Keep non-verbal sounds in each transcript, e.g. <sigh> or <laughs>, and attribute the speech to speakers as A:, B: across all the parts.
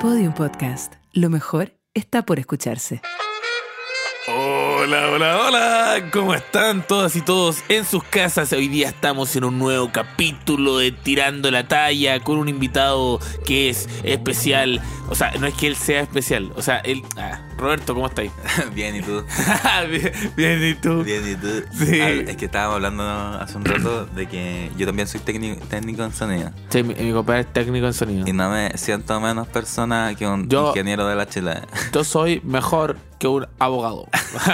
A: Podium Podcast. Lo mejor está por escucharse.
B: Hola, hola, hola. ¿Cómo están todas y todos en sus casas? Hoy día estamos en un nuevo capítulo de Tirando la Talla con un invitado que es especial. O sea, no es que él sea especial. O sea, él... ah, Roberto, ¿cómo estáis? <laughs>
C: <laughs> Bien, ¿y tú?
B: bien, bien, ¿y tú?
C: Bien, ¿y tú?
B: Sí.
C: Ah, es que estábamos hablando hace un rato de que yo también soy técnico, técnico en sonido.
B: Sí, mi, mi compadre es técnico en sonido.
C: Y no me siento menos persona que un
B: Yo-
C: ingeniero de la Chile.
B: Yo soy mejor que un abogado.
C: <laughs>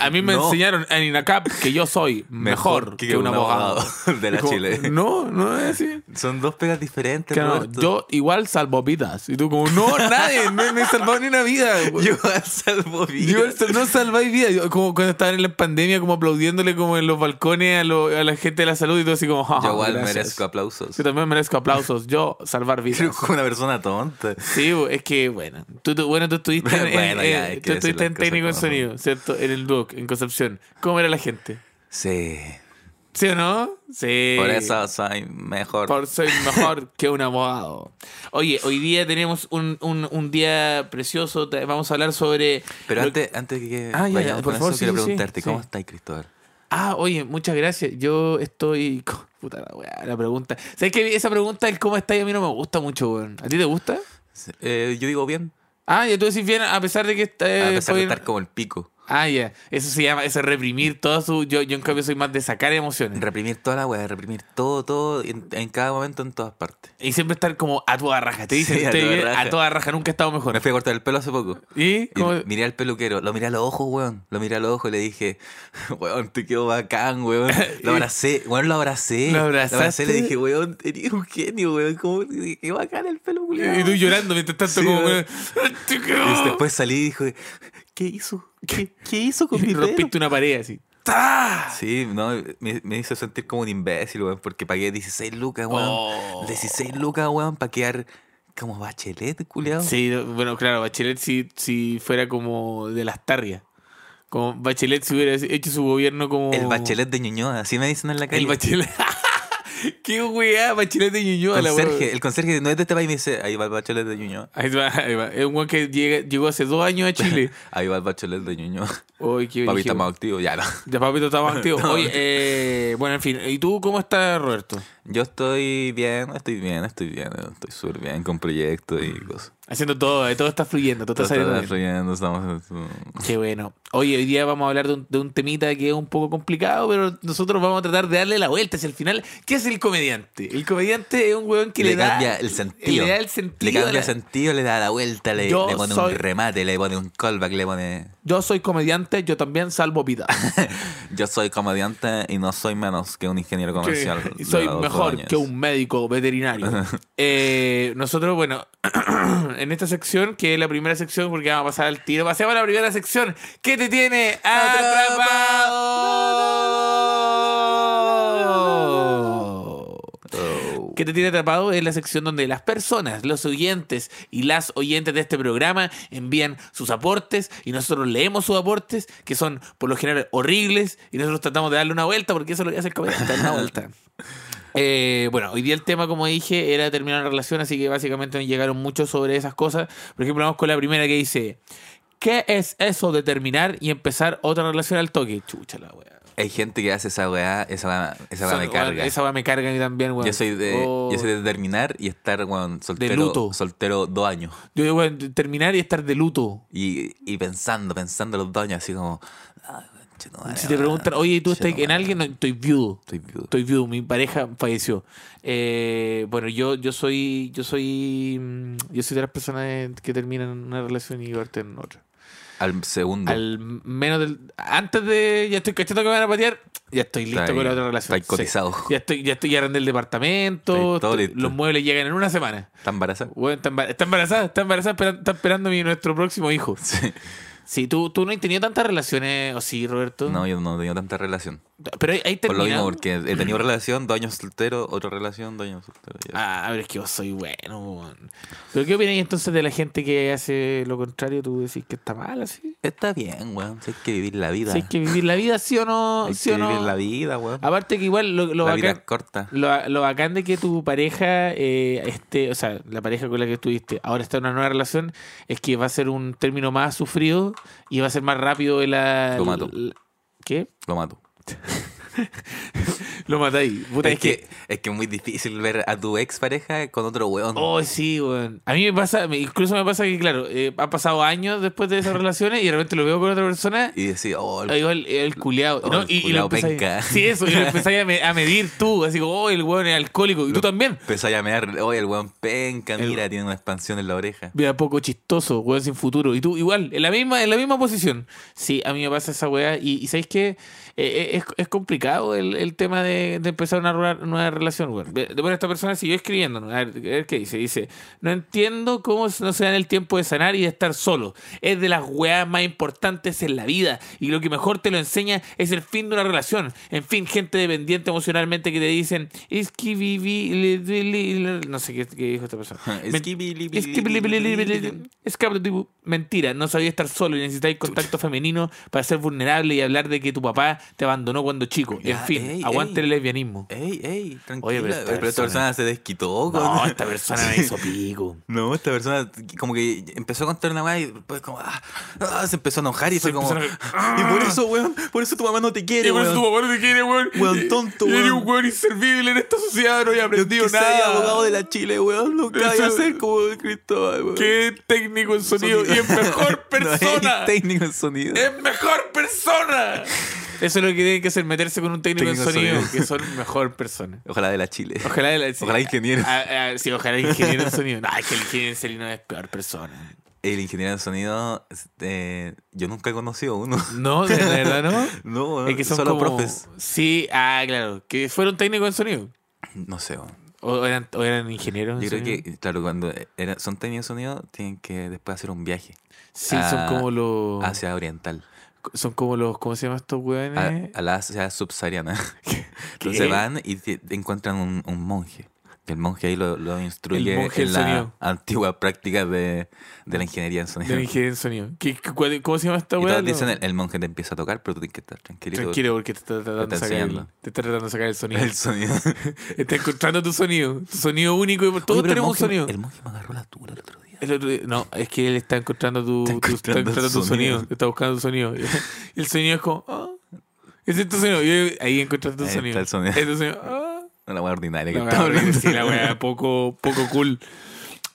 B: a mí me
C: No.
B: enseñaron en INACAP que yo soy mejor, que, un, abogado.
C: <laughs> de la
B: Y como,
C: Chile.
B: No, no es así.
C: Son dos pegas diferentes.
B: Que no,
C: Roberto.
B: yo igual salvo vidas. Y tú como, no, nadie, no me he salvado ni una vida.
C: <laughs> Yo salvo vidas.
B: Yo sal- no salváis vidas. Yo Como cuando estaban en la pandemia, como aplaudiéndole como en los balcones a, lo- a la gente de la salud y todo así como, "Ja, ja,
C: Yo igual
B: gracias".
C: merezco aplausos.
B: Yo también merezco aplausos. Yo salvar
C: Soy
B: vidas.
C: como una persona tonta.
B: Sí, bu- es que bueno, tú, tú- bueno, tú estuviste en, en-
C: <laughs> Bueno, ya,
B: en-
C: hay que
B: tú estuviste
C: decir las
B: en
C: cosas
B: técnico en
C: como son.
B: sonido, ¿cierto? En el Duoc, en Concepción. ¿Cómo era la gente?
C: Sí.
B: ¿Sí o no? Sí.
C: Por eso soy mejor.
B: Eh, Por soy
C: <laughs>
B: mejor que un abogado. Oye, hoy día tenemos un, un, un día precioso. Te- Vamos a hablar sobre.
C: Pero
B: lo-
C: antes, antes de que
B: Ah, ya, ya,
C: vayamos
B: por
C: con
B: favor,
C: eso,
B: sí,
C: quiero
B: sí, sí,
C: preguntarte,
B: sí.
C: ¿cómo estás, Cristóbal?
B: Ah, oye, muchas gracias. Yo estoy. co- Puta la weá, la pregunta. ¿Sabes que esa pregunta del cómo estás a mí no me gusta mucho, weón? ¿A ti te gusta?
C: Eh, yo digo bien,
B: Ah, ya tú decís bien, a pesar de que. eh,
C: a pesar de
B: pueden-
C: estar como el pico.
B: Ah, ya. Eso se llama, eso es reprimir todo su. Yo, yo en cambio soy más de sacar emociones.
C: Reprimir toda la weá, reprimir todo, todo, en, en cada momento, en todas partes.
B: Y siempre estar como a toda raja. Te dicen,
C: <laughs> Sí, a
B: "Estoy
C: toda
B: bien, a, toda
C: raja".
B: raja, nunca he estado
C: Me
B: mejor.
C: fui a cortar el pelo hace poco.
B: ¿Y?
C: Y
B: ¿Cómo-
C: miré al peluquero, lo miré a los ojos, weón. Lo miré a los ojos y le dije, <laughs> weón, te quedo
B: <laughs>
C: bacán, weón. Lo abracé, weón, lo abracé.
B: ¿Lo
C: abracé y le
B: abrazaste?
C: dije, weón, eres un genio, weón. Como, qué bacán el pelo, culiao".
B: Y tú llorando mientras tanto,
C: Sí,
B: como.
C: weón.
B: weón,
C: Y después salí y dije, ¿qué hizo? ¿Qué, qué hizo <laughs> con mi
B: <laughs> Y
C: pelo?
B: rompiste una pared así.
C: Sí, no, me, me hizo sentir como un imbécil, weón, porque pagué 16 lucas, weón.
B: Oh.
C: 16 lucas, weón, para quedar como bachelet, culiao.
B: Sí, no, bueno, claro, Bachelet si, si fuera como de las tarrias. Como Bachelet si hubiera hecho su gobierno como.
C: El bachelet de Ñuñoa, así me dicen en la calle.
B: Oh. El Bachelet. <laughs> ¡Qué weá! Bachelet de Ñuñoa, la weá.
C: conserje, el conserje no es de este país me dice, ahí va el bachelet de Ñuñoa.
B: Ahí va, ahí va. Es un weón que llega- llegó hace dos años a Chile.
C: Ahí va el bachelet de Ñuñoa.
B: Uy, qué
C: Papi está
B: brígido.
C: más activo, ya no.
B: Ya papito está más activo.
C: No,
B: Oye,
C: no.
B: eh, bueno, en fin. ¿Y tú cómo estás, Roberto?
C: Yo estoy bien, estoy bien, estoy bien, estoy súper bien con proyectos y cosas.
B: Haciendo todo, eh, todo está fluyendo, todo está
C: Todo
B: saliendo
C: está
B: bien.
C: fluyendo, estamos...
B: Qué bueno. Oye, hoy día vamos a hablar de un, de un temita que es un poco complicado, pero nosotros vamos a tratar de darle la vuelta. Si al final, ¿qué es el comediante? El comediante es un weón que le, da.
C: cambia el sentido.
B: Le da el sentido.
C: Le cambia
B: a la-
C: el sentido, le da la vuelta, le,
B: Yo
C: le pone
B: soy-
C: un remate, le pone un callback, le pone...
B: Yo soy comediante, yo también salvo vidas.
C: Yo soy comediante y no soy menos que un ingeniero
B: <laughs>
C: <laughs> comercial.
B: Que- soy
C: Leonardo
B: mejor
C: Ordóñez.
B: que un médico
C: <laughs>
B: veterinario. Eh, nosotros, bueno, <clears throat> en esta sección, que es la primera sección, porque vamos a pasar al tiro, pasemos a la primera sección. ¿Qué te tiene atrapado?
C: Oh.
B: que te tiene atrapado es la sección donde las personas, los oyentes y las oyentes de este programa envían sus aportes y nosotros leemos sus aportes, que son por lo general horribles, y nosotros tratamos de darle una vuelta, porque eso es lo que hace el
C: <laughs>
B: comediante, darle una vuelta. Eh, bueno, hoy día el tema, como dije, era terminar la relación, así que básicamente nos llegaron muchos sobre esas cosas. Por ejemplo, vamos con la primera que dice, ¿qué es eso de terminar y empezar otra relación al toque? Chucha la wea.
C: Hay gente que hace esa weá, esa weá, esa weá
B: Son-
C: me carga.
B: Esa wea me carga a mí también, weón.
C: yo, soy de,
B: Oh.
C: yo soy de terminar y estar weón, soltero,
B: luto.
C: soltero dos años.
B: Yo digo, bueno, terminar y estar de luto.
C: Y, y pensando, pensando los dos años, así como. "Ah, conchetumare,
B: Si te
C: weón,
B: preguntan, oye, ¿tú estás en
C: conchetumare".
B: alguien? No, estoy viudo.
C: Estoy viudo.
B: Estoy viudo, mi pareja falleció. Eh, bueno, yo, yo soy, yo soy, mm, yo soy de las personas que terminan una relación y parten en otra.
C: Al segundo.
B: Al menos del, antes de, ya estoy cachando que me van a patear, ya estoy listo
C: Está ahí,
B: con la otra relación.
C: está ahí cotizado.
B: Ya estoy, ya estoy, ya arrendé el departamento,
C: Está ahí todo
B: estoy-
C: listo.
B: los muebles llegan en una semana.
C: ¿Estás embarazada?
B: Bueno, está embar- está embarazada, está embarazada, espera- está esperando mi, nuestro próximo hijo.
C: Sí.
B: Sí, tú, tú no has tenido tantas relaciones, ¿o sí, Roberto?
C: No, yo no he tenido tanta relación.
B: Pero ahí, ahí
C: Por lo mismo,
B: terminamos.
C: porque he tenido relación, dos años soltero, otra relación, dos años soltero. ya.
B: Ah, pero es que vos soy bueno, weón. ¿Pero qué opináis entonces de la gente que hace lo contrario? ¿Tú decís que está mal así?
C: Está bien, weón. Si hay que vivir la vida.
B: Si hay que vivir la vida, sí o no,
C: Hay
B: sí
C: que
B: o
C: vivir
B: no.
C: la vida, weón.
B: Aparte que igual lo, lo
C: la vida
B: bacán,
C: es corta.
B: lo, lo bacán de que tu pareja eh, esté, o sea, la pareja con la que estuviste ahora está en una nueva relación, es que va a ser un término más sufrido y va a ser más rápido de la...
C: Lo mato.
B: la- ¿Qué?
C: Lo mato.
B: Lo matáis. Puta,
C: es, que, es que es muy difícil ver a tu ex pareja con otro weón.
B: Oh, sí, weón. A mí me pasa, me- incluso me pasa que, claro, eh, han pasado años después de esas
C: <laughs>
B: relaciones y de repente lo veo con otra persona. Y
C: Y decir, oh, el-
B: digo, el, el culiao.
C: Oh,
B: ¿no?
C: el
B: y, y lo
C: culiao
B: empezáis-
C: penca.
B: Sí, eso. Y lo empezáis a, me- a medir tú. Así como, oh, el weón es alcohólico. Y tú también.
C: empezó a llamar, oh, el weón penca,
B: El-
C: mira, tiene una expansión en
B: <laughs>
C: la oreja.
B: Mira, poco chistoso, weón sin futuro. Y tú igual, en la misma, en la misma posición. Sí, a mí me pasa esa weá. Y, y sabéis que eh, es, es complicado el, el tema de, de empezar una nueva, nueva relación, weón. De, de bueno, esta persona siguió escribiendo. ¿no? A ver, a ver qué dice. Dice, no entiendo cómo no se dan el tiempo de sanar y de estar solo. Es de las weas más importantes en la vida. Y lo que mejor te lo enseña es el fin de una relación. En fin, gente dependiente emocionalmente que te dicen, es que viví, le- le- le- le-". no sé qué, qué dijo esta persona. Me- <laughs> es que bili, bili, bili, bili, es que hablo tipo, mentira, no sabía estar solo y necesitáis contacto femenino para ser vulnerable y hablar de que tu papá te abandonó cuando chico. En
C: Ya,
B: fin,
C: ey,
B: aguante
C: ey.
B: el lesbianismo.
C: Ey, ey, tranquila.
B: Oye,
C: pero esta, persona... se desquitó. con-
B: No, esta persona me
C: <laughs>
B: hizo pico.
C: No, esta persona como que empezó a contar una weá y después como ah, ah, se empezó a enojar y fue como "Ah".
B: empezó Ah.
C: y por eso, weón, por eso tu mamá no te quiere,
B: Y por
C: weón.
B: eso tu papá no te quiere, weón.
C: Weón tonto,
B: Eres
C: weón.
B: un weón inservible en esta sociedad, no he
C: Yo
B: aprendido
C: que
B: nada.
C: soy abogado de la Chile, weón, nunca
B: Eso-
C: iba a ser como Cristóbal, weón.
B: Qué técnico en sonido, y es mejor
C: <laughs> No, es
B: persona.
C: técnico en sonido.
B: ¡Es mejor
C: <laughs>
B: persona! Eso es lo que tienen que hacer, meterse con un técnico,
C: Técnico
B: en
C: en
B: sonido,
C: sonido.
B: que son mejor persona.
C: Ojalá de la Chile.
B: Ojalá, de la- sí.
C: Ojalá ingeniero.
B: Ah, ah, sí, ojalá ingeniero en sonido. No, es que el ingeniero en sonido es peor persona.
C: El ingeniero de sonido, este, yo nunca he conocido uno. <laughs>
B: No, de verdad no.
C: No, weón,
B: Es que son
C: solo
B: como-
C: profes.
B: Sí, ah, claro. Que fueron técnicos en sonido.
C: No sé, weón.
B: O o eran, o eran ingenieros. en
C: Yo creo
B: sonido.
C: que, claro, cuando era- son técnicos de sonido, tienen que después hacer un viaje
B: Sí, son
C: Ah,
B: como los.
C: hacia Ah, oriental.
B: Son como los. ¿Cómo se llaman estos
C: a,
B: hueones?
C: a la ciudad subsahariana.
B: Eh.
C: <laughs>
B: ¿Qué?
C: Entonces van y te- encuentran un, un monje. Que el monje ahí lo, lo instruye
B: El monje del
C: en la
B: sonido.
C: antigua práctica de, de la ingeniería en
B: De
C: sonido. Y
B: ingeniería en sonido. ¿Qué- qué- cuál- ¿Cómo se llama esta
C: todos
B: hueá?
C: dicen, el, el monje te empieza a tocar, pero tú tienes que estar tranquilito.
B: Tranquilo, porque te está tratando, de
C: está
B: sacar el,
C: enseñando.
B: te está tratando de sacar el sonido.
C: <laughs> El sonido.
B: Está encontrando tu sonido. Tu sonido único. y-
C: Oye,
B: Todos
C: pero el
B: tenemos un
C: monje-
B: sonido.
C: El monje me agarró la altura el otro día.
B: El otro día- no, es que él está encontrando tu, tu-
C: Está
B: está
C: encontrando
B: encontrando tu sonido.
C: sonido.
B: Está buscando tu sonido. Y el sonido es como. ah, ese es tu sonido. Y ahí encontraste tu
C: Ahí
B: sonido.
C: está el sonido.
B: Ahí está el
C: <laughs>
B: sonido. ah.
C: Una hueá ordinaria que
B: La
C: estaba
B: wea-
C: hablando.
B: sí, la wea, poco, poco cool.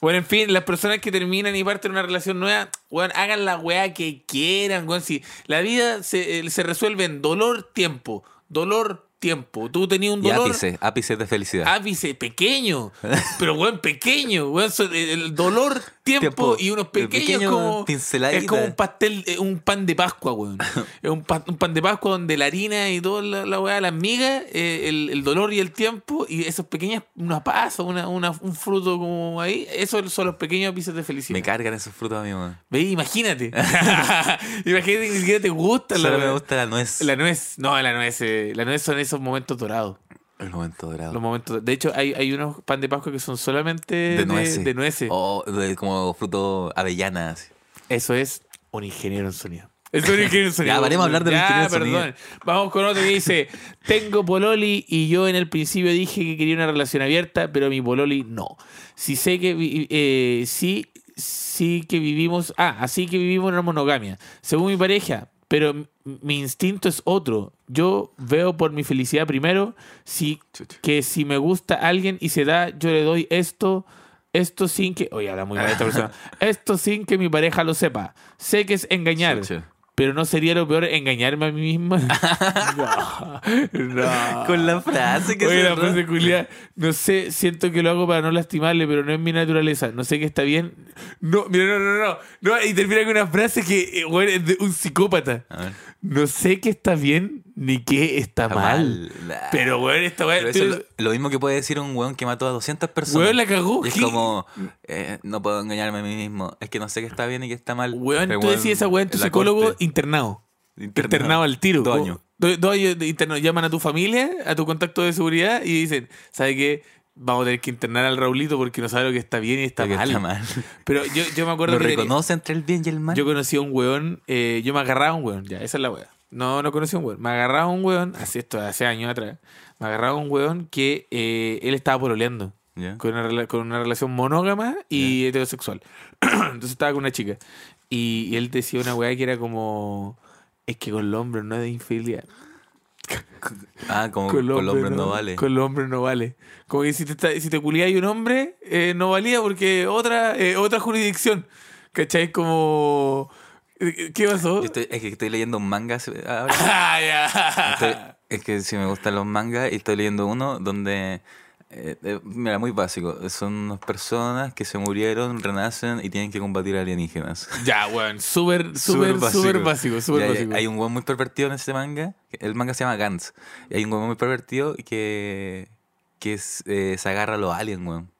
B: Bueno, en fin, las personas que terminan y parten una relación nueva, weón, hagan la weá que quieran, weón. Si la vida se, eh, se resuelve en dolor, tiempo. Dolor, tiempo. Tú tenías un
C: Y
B: dolor.
C: ápice, ápice de felicidad.
B: Ápice Ah, pequeño, pero weón, pequeño, weón, so- el- el dolor, tiempo,
C: Tiempo.
B: y unos
C: El
B: pequeños
C: pequeño
B: como
C: pinceladita.
B: es como un pastel, eh, un pan de Pascua,
C: <laughs>
B: weón. Es un, pa- un pan de Pascua donde la harina y toda la, la weá, las migas, eh, el, el dolor y el tiempo, y esos pequeños, una pasa, una, una- un fruto como ahí, esos son los pequeños ápices de felicidad.
C: Me cargan esos frutos a mí, weón.
B: Ve,
C: <laughs>
B: imagínate. <laughs> imagínate que ni siquiera te gusta la,
C: Solo me
B: weá.
C: gusta la nuez.
B: La nuez, no, la nuez, eh, la nuez son esos momentos dorados.
C: El momento dorado.
B: Los momentos. De hecho, hay, hay unos pan de Pascua que son solamente de,
C: de nueces. Oh.
B: de nueces.
C: O de, como fruto avellana. así.
B: Eso es un ingeniero en
C: <laughs>
B: sonido. Es un ingeniero en sonido.
C: Ya, paremos de hablar del
B: Ya,
C: ingeniero en sonido.
B: perdón. Vamos con otro que dice: Tengo Pololi y yo en el principio dije que quería una relación abierta, pero mi Pololi no. Si sé que. vi- eh, sí, sí que vivimos. Ah, así que vivimos en una monogamia. Según mi pareja. Pero m- mi instinto es otro. Yo veo por mi felicidad primero. Si que si me gusta alguien y se da, yo le doy esto, esto sin que, oye, habla muy mal esta
C: <laughs>
B: persona, esto sin que mi pareja lo sepa. Sé que es engañar,
C: Chucha.
B: pero no sería lo peor engañarme a mí
C: <laughs>
B: misma. <laughs> no, no.
C: Con la frase que
B: Ah. Oye,
C: se
B: la frase culiá, no sé, siento que lo hago para no lastimarle, pero no es mi naturaleza. No sé que está bien. No, mira, no, no, no. no y termina con una frase que eh, bueno, es de un psicópata.
C: A ver.
B: No sé qué está bien ni qué está,
C: Está
B: mal.
C: mal. Nah.
B: Pero, bueno, esta weá-
C: Pero eso es lo, lo mismo que puede decir un weón que mató a 200 personas.
B: Weón, la cagó.
C: Y es
B: ¿Qué?
C: como, eh, no puedo engañarme a mí mismo. Es que no sé qué está bien y qué está mal.
B: Weón,
C: Pero
B: tú decís esa weá en tu
C: Este la
B: psicólogo
C: corte,
B: internado.
C: internado.
B: Internado al tiro.
C: Dos
B: Como-
C: años.
B: Do- doy- y te- llaman a tu familia, a tu contacto de seguridad y dicen, ¿sabe qué? Vamos a tener que internar al Raulito porque no sabe lo que está bien y está,
C: Lo que
B: mal.
C: está mal.
B: Pero yo, yo me acuerdo
C: Lo
B: que tenía-
C: reconoce entre el bien y el mal.
B: yo conocí a un weón, eh, yo me agarraba a un weón, ya, esa es la weá. No, no conocí a un weón. Me agarraba a un weón, así esto, hace años atrás. Me agarraba a un weón que eh, él estaba pololeando
C: Ya.
B: con una, rela- con una relación monógama y heterosexual. <clears throat> Entonces estaba con una chica. Y, y él decía una weá que era como. Es que con el hombre no es de infidelidad.
C: Ah, como
B: Con el
C: con el hombre no, vale.
B: Con el hombre no vale. Como que si te, está- si te culiáis un hombre, eh, no valía porque otra, eh, otra jurisdicción. ¿Cachai? Como. eh, ¿Qué pasó?
C: Yo estoy- es que estoy leyendo un manga hace- ahora.
B: <laughs> Ah, ya.
C: Estoy- es que si me gustan los mangas y estoy leyendo uno donde... eh, eh, mira, muy básico. Son unas personas que se murieron, renacen y tienen que combatir alienígenas.
B: <laughs> Ya, weón. Súper, súper, súper básico. <laughs> Súper
C: Ya, ya,
B: básico.
C: Hay un weón muy pervertido en ese manga. que- El manga se llama Gantz. Y hay un weón muy pervertido que, que es, eh, se agarra a los aliens, weón.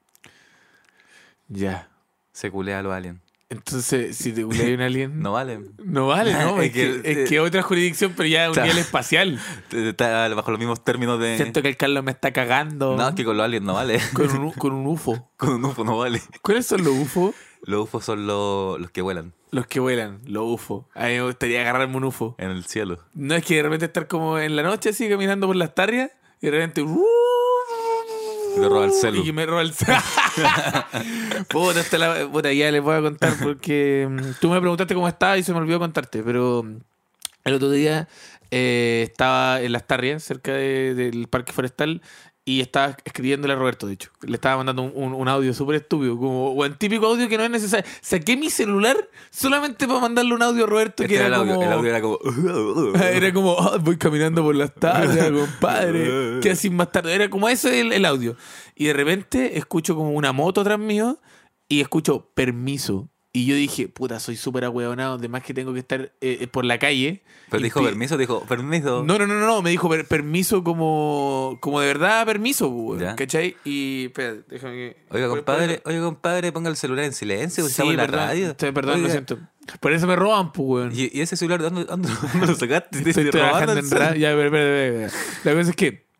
B: Ya.
C: Se culea a los aliens.
B: Entonces, si te culiáis un alien.
C: <laughs> No vale.
B: No vale, no. Ah, es,
C: Es
B: que, eh,
C: que-
B: es que otra jurisdicción, pero ya a un
C: Claro.
B: nivel <laughs> espacial.
C: Está bajo los mismos términos de...
B: Siento que el Carlos me está cagando
C: No, es que con los aliens no vale. <laughs>
B: con, un, u- con un UFO.
C: Con un UFO no vale.
B: ¿Cuáles son los UFO?
C: Los UFOs son los- los que vuelan
B: Los que vuelan, los UFO. A mí me gustaría agarrarme un UFO.
C: en el cielo.
B: No es que de repente estar como en la noche así caminando por las tarrias y de repente. uh,
C: Y te roba el celu.
B: Y que me roba el
C: <laughs>
B: celu. puta, esta la- puta, ya les voy a contar porque mm, tú me preguntaste cómo estaba y se me olvidó contarte, pero mm, el otro día eh, estaba en las tarrias cerca de- del parque forestal. Y estaba escribiéndole a Roberto, de hecho. Le estaba mandando un, un- un audio súper estúpido, como un típico audio que no es necesario. Saqué mi celular solamente para mandarle un audio a Roberto que
C: Este era el,
B: era
C: audio,
B: como...
C: el audio era como...
B: <laughs> Era como, "Ah, voy caminando por las tardes,
C: <laughs>
B: compadre. ¿Qué haces más tarde? Era como eso el, el audio. Y de repente escucho como una moto atrás mío y escucho permiso. Y yo dije, puta, soy súper agüeonado, además que tengo que estar eh, eh, por la calle.
C: Pero
B: Y
C: dijo
B: pi-
C: permiso, dijo permiso.
B: No, no, no, no, no, me dijo per- permiso como, como de verdad permiso, weón,
C: Ya.
B: ¿cachai? Y, espera, déjame que...
C: Oiga,
B: por-
C: compadre, oiga, compadre, ponga el celular en silencio,
B: por-
C: estamos
B: Sí,
C: en la
B: perdón,
C: radio.
B: estoy- perdón, lo
C: Oiga,
B: siento. Por eso me roban, pues, weón.
C: ¿Y, y ese celular de dónde, dónde- dónde lo <laughs> sacaste? ¿Te
B: Estoy
C: robaron
B: trabajando
C: el
B: Este, en
C: celular?
B: ra- Ya, espera, espera, espera, espera. La cosa es que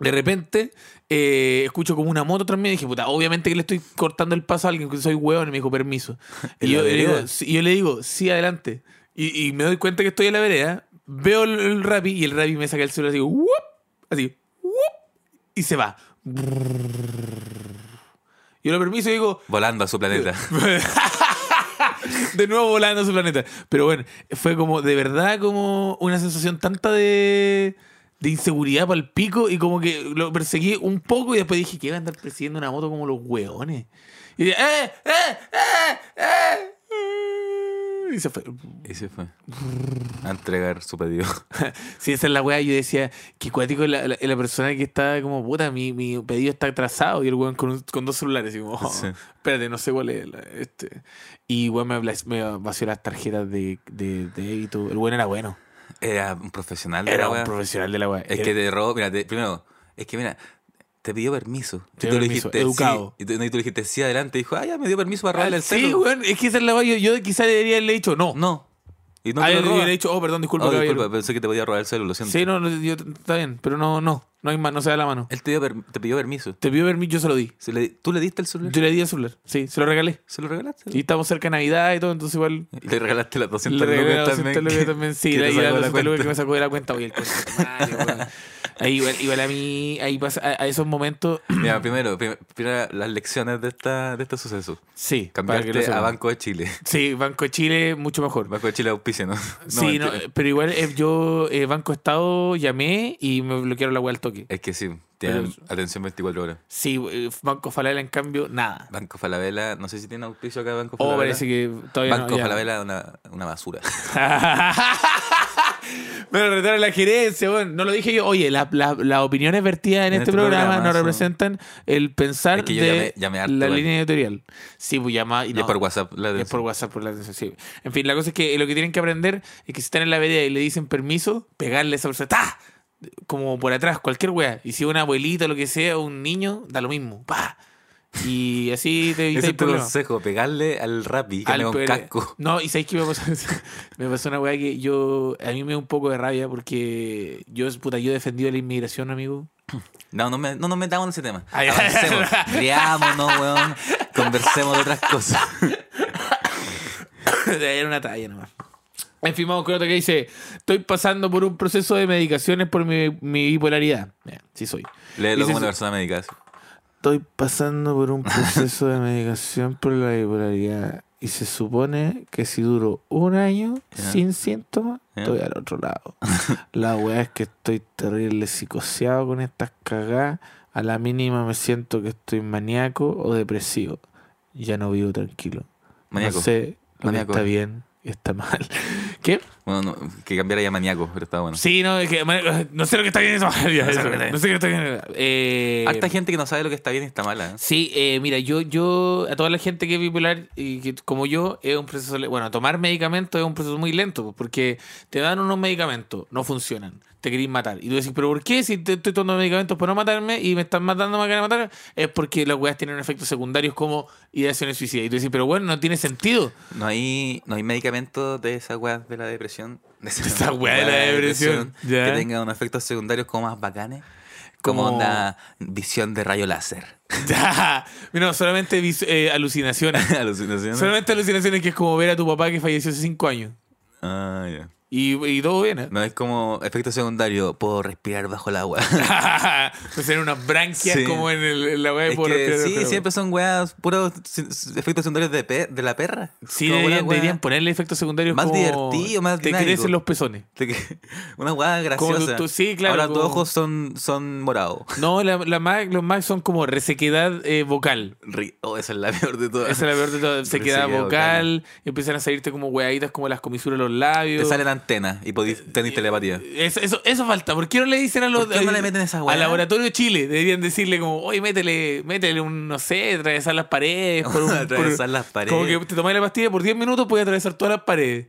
B: de repente eh, escucho como una moto tras mí y dije, puta, obviamente que le estoy cortando el paso a alguien, que soy hueón, y me dijo,
C: <laughs>
B: permiso.
C: ¿En
B: Y
C: la
B: yo, le
C: vereda?
B: digo, sí- y yo le digo, sí, adelante. Y, y me doy cuenta que estoy en la vereda, veo el, el rapi y el rapi me saca el celular así, ¡wup! así, ¡wup! y se va. Yo lo permiso y digo,
C: Volando a
B: <laughs>
C: su planeta.
B: de nuevo volando a su planeta. Pero bueno, fue como de verdad como una sensación tanta de, de inseguridad para el pico y como que lo perseguí un poco y después dije que iba a andar persiguiendo una moto como los hueones. Y dije, ¡eh, eh, eh, eh! Y se fue.
C: Y se fue. A entregar su pedido.
B: Sí, esa es la weá. Yo decía, que cuático la, la, la persona que está como, puta, mi, mi pedido está atrasado. Y el weón con, un- con dos celulares. Y como, "Oh,
C: <laughs> Sí.
B: espérate, no sé cuál es. la- este. Y weón me, blas- me vació las tarjetas de, de, de débito. El weón era bueno.
C: Era un profesional. de
B: Era
C: la
B: un
C: wea.
B: profesional de la weá.
C: Es que te robó, mira, te- primero, es que mira, te pidió permiso. Y
B: Te
C: tú
B: dio
C: le
B: permiso,
C: dijiste, sí.
B: educado.
C: Y tú, no, y tú le dijiste, sí, adelante. Y dijo, ah, ya me dio permiso para robarle el
B: Sí,
C: celular.
B: weón, es que esa es la weá. Yo, yo quizá debería haberle dicho no.
C: No. Y no
B: Ah,
C: te
B: yo
C: lo
B: le
C: roba.
B: hubiera dicho, oh, perdón, disculpa,
C: Oh,
B: caballero.
C: disculpa, pensé que te podía robar el celular, lo siento.
B: Sí, no, no, yo- está bien, pero no, no, no hay más, no se da la mano.
C: Él te, dio per- te pidió permiso.
B: Te pidió permiso, yo se lo di.
C: Se le- ¿Tú le diste el celular?
B: Yo le di el celular, sí, se lo regalé.
C: ¿Se lo regalaste?
B: Y estamos cerca de Navidad y todo, entonces igual
C: Le regalaste las 200
B: Le regalé
C: lucas
B: 200
C: también.
B: lucas
C: que-
B: también, sí,
C: <laughs> que
B: la,
C: te
B: y
C: sacó
B: la
C: la
B: 200 lucas que
C: cuenta.
B: me sacó de la cuenta. Oye, el coche de tu madre, weón. Ahí igual, igual a mí, ahí pasa, a, a esos momentos,
C: Mira, primero, prim- primero las lecciones de, esta, de este suceso.
B: sí. para que lo
C: Cambiarte a
B: sepan.
C: Banco de Chile.
B: Sí, Banco de Chile, mucho mejor.
C: Banco de Chile auspicia, ¿no?
B: sí, no,
C: mentira.
B: eh, pero igual eh, yo, eh, Banco Estado, llamé y me bloquearon la web al toque.
C: Es que sí, tienen atención 24 horas.
B: Sí, eh, Banco Falabella, en cambio, nada.
C: Banco Falabella, no sé si tiene auspicio acá Banco
B: Oh,
C: Falabella.
B: parece que todavía
C: Banco
B: no. ya.
C: Falabella una, una basura.
B: <laughs> Me lo retaron la gerencia, bueno, no lo dije yo. Oye, la- la- las opiniones vertidas en, este, programa, no
C: son-
B: representan el pensar
C: Es que yo
B: de
C: llamé- llamé harto,
B: la
C: bueno.
B: línea editorial. Sí, pues llama y
C: Y
B: no,
C: es por WhatsApp. la
B: es Eh, por
C: atención.
B: WhatsApp, por la atención, sí. En fin, la cosa es que eh, lo que tienen que aprender es que si están en la vereda y le dicen permiso, pegarle a esa persona, ¡ta! Como por atrás, cualquier wea. Y si una abuelita o lo que sea, un niño, da lo mismo, pa. Y así
C: <laughs>
B: te
C: Ese
B: evitas
C: es tu
B: problemas.
C: consejo, pegarle al Rappi, que
B: Al
C: anda con
B: PL.
C: casco.
B: No, y sabéis que me pasó, <laughs> me pasó una weá que yo. A mí me da un poco de rabia porque yo, puta, yo he defendido la inmigración, amigo. <laughs>
C: No, no, me, no nos metamos en ese tema.
B: Ay, ay, <laughs>
C: Avancemos, riámonos, weón. Conversemos de otras cosas.
B: <laughs> Era una talla nomás. En fin, vamos con otro que dice: Estoy pasando por un proceso de medicaciones por mi, mi bipolaridad. Mira, sí soy.
C: Léelo
B: Dice
C: como una
B: su-
C: persona médica. eso.
B: Estoy pasando por un proceso de medicación por la bipolaridad. Y se supone que si duro un año
C: Ya.
B: sin síntomas,
C: Ya.
B: estoy al otro
C: <laughs>
B: lado. la weá es que estoy terrible psicoseado con estas cagadas. A la mínima me siento que estoy maníaco o depresivo. Ya no vivo tranquilo.
C: Maníaco.
B: No sé lo que
C: Maníaco.
B: está bien y está mal. <laughs> ¿Qué?
C: Bueno, no, que cambiara ya maníaco, pero está bueno.
B: Sí, no, es que, man- <laughs> no sé lo que está bien y está mal. <laughs> Ya,
C: No sé
B: eso,
C: lo que está bien.
B: No sé lo que está bien. Eh,
C: Harta gente que no sabe lo que está bien y está mala. ¿eh?
B: Sí, eh, mira, yo, yo, a toda la gente que es bipolar y que como yo, es un proceso, le- bueno, tomar medicamentos es un proceso muy lento, pues, porque te dan unos medicamentos, no funcionan, te querís matar. Y tú decís, pero ¿por qué si te- estoy tomando medicamentos para no matarme y me están matando, me quieren matar? Es porque las weas tienen efectos secundarios como ideaciones suicidas. Y tú decís, pero bueno, no tiene sentido. <laughs>
C: No hay, no hay medicamentos de esa weá de la depresión. <laughs> De esa,
B: esa weá de la depresión, ya.
C: Que tengan unos efectos secundarios como más bacanes. Como
B: Como-
C: una visión de rayo láser. <laughs>
B: Ya. Mira, solamente vis- eh, alucinaciones.
C: <laughs> Alucinaciones.
B: Solamente alucinaciones que es como ver a tu papá que falleció hace cinco años.
C: Ah, ya.
B: Y, y todo bien, ¿eh?
C: No es como efecto secundario, puedo respirar bajo
B: <laughs>
C: el agua.
B: pues eran unas branquias
C: Sí.
B: como en, el, en la web
C: Es que sí, siempre son weas, puros si- efectos secundarios de, pe- de la perra.
B: Sí,
C: Como una
B: deberían,
C: wea-
B: deberían ponerle efectos secundarios
C: Más
B: como
C: divertido, más
B: Te
C: dinámico.
B: crecen los pezones.
C: de que- <laughs> Una wea
B: Como tú-
C: graciosa.
B: tú- sí, claro,
C: Ahora tus
B: como-
C: ojos son, son morados. <laughs>
B: No, la, la más- los más son como resequedad eh,
C: <laughs>
B: vocal.
C: Ri- Oh, esa es la peor de todas.
B: Esa es la peor de todas. Sequedad
C: Resequedad
B: vocal,
C: vocal.
B: empiezan a salirte como hueaditas como las comisuras de los labios.
C: Te salen antenas eh, y podís tener <laughs> telepatía.
B: Eso, eso, eso falta. ¿Por qué no le dicen a los
C: ¿Por qué no le meten esa weá?
B: Al laboratorio Chile deberían decirle como, oye, métele, métele un, no sé, atravesar las paredes.
C: <laughs>
B: Por un- por-
C: Atravesar las paredes.
B: Como que te tomáis la pastilla por 10 minutos puedes atravesar todas las paredes.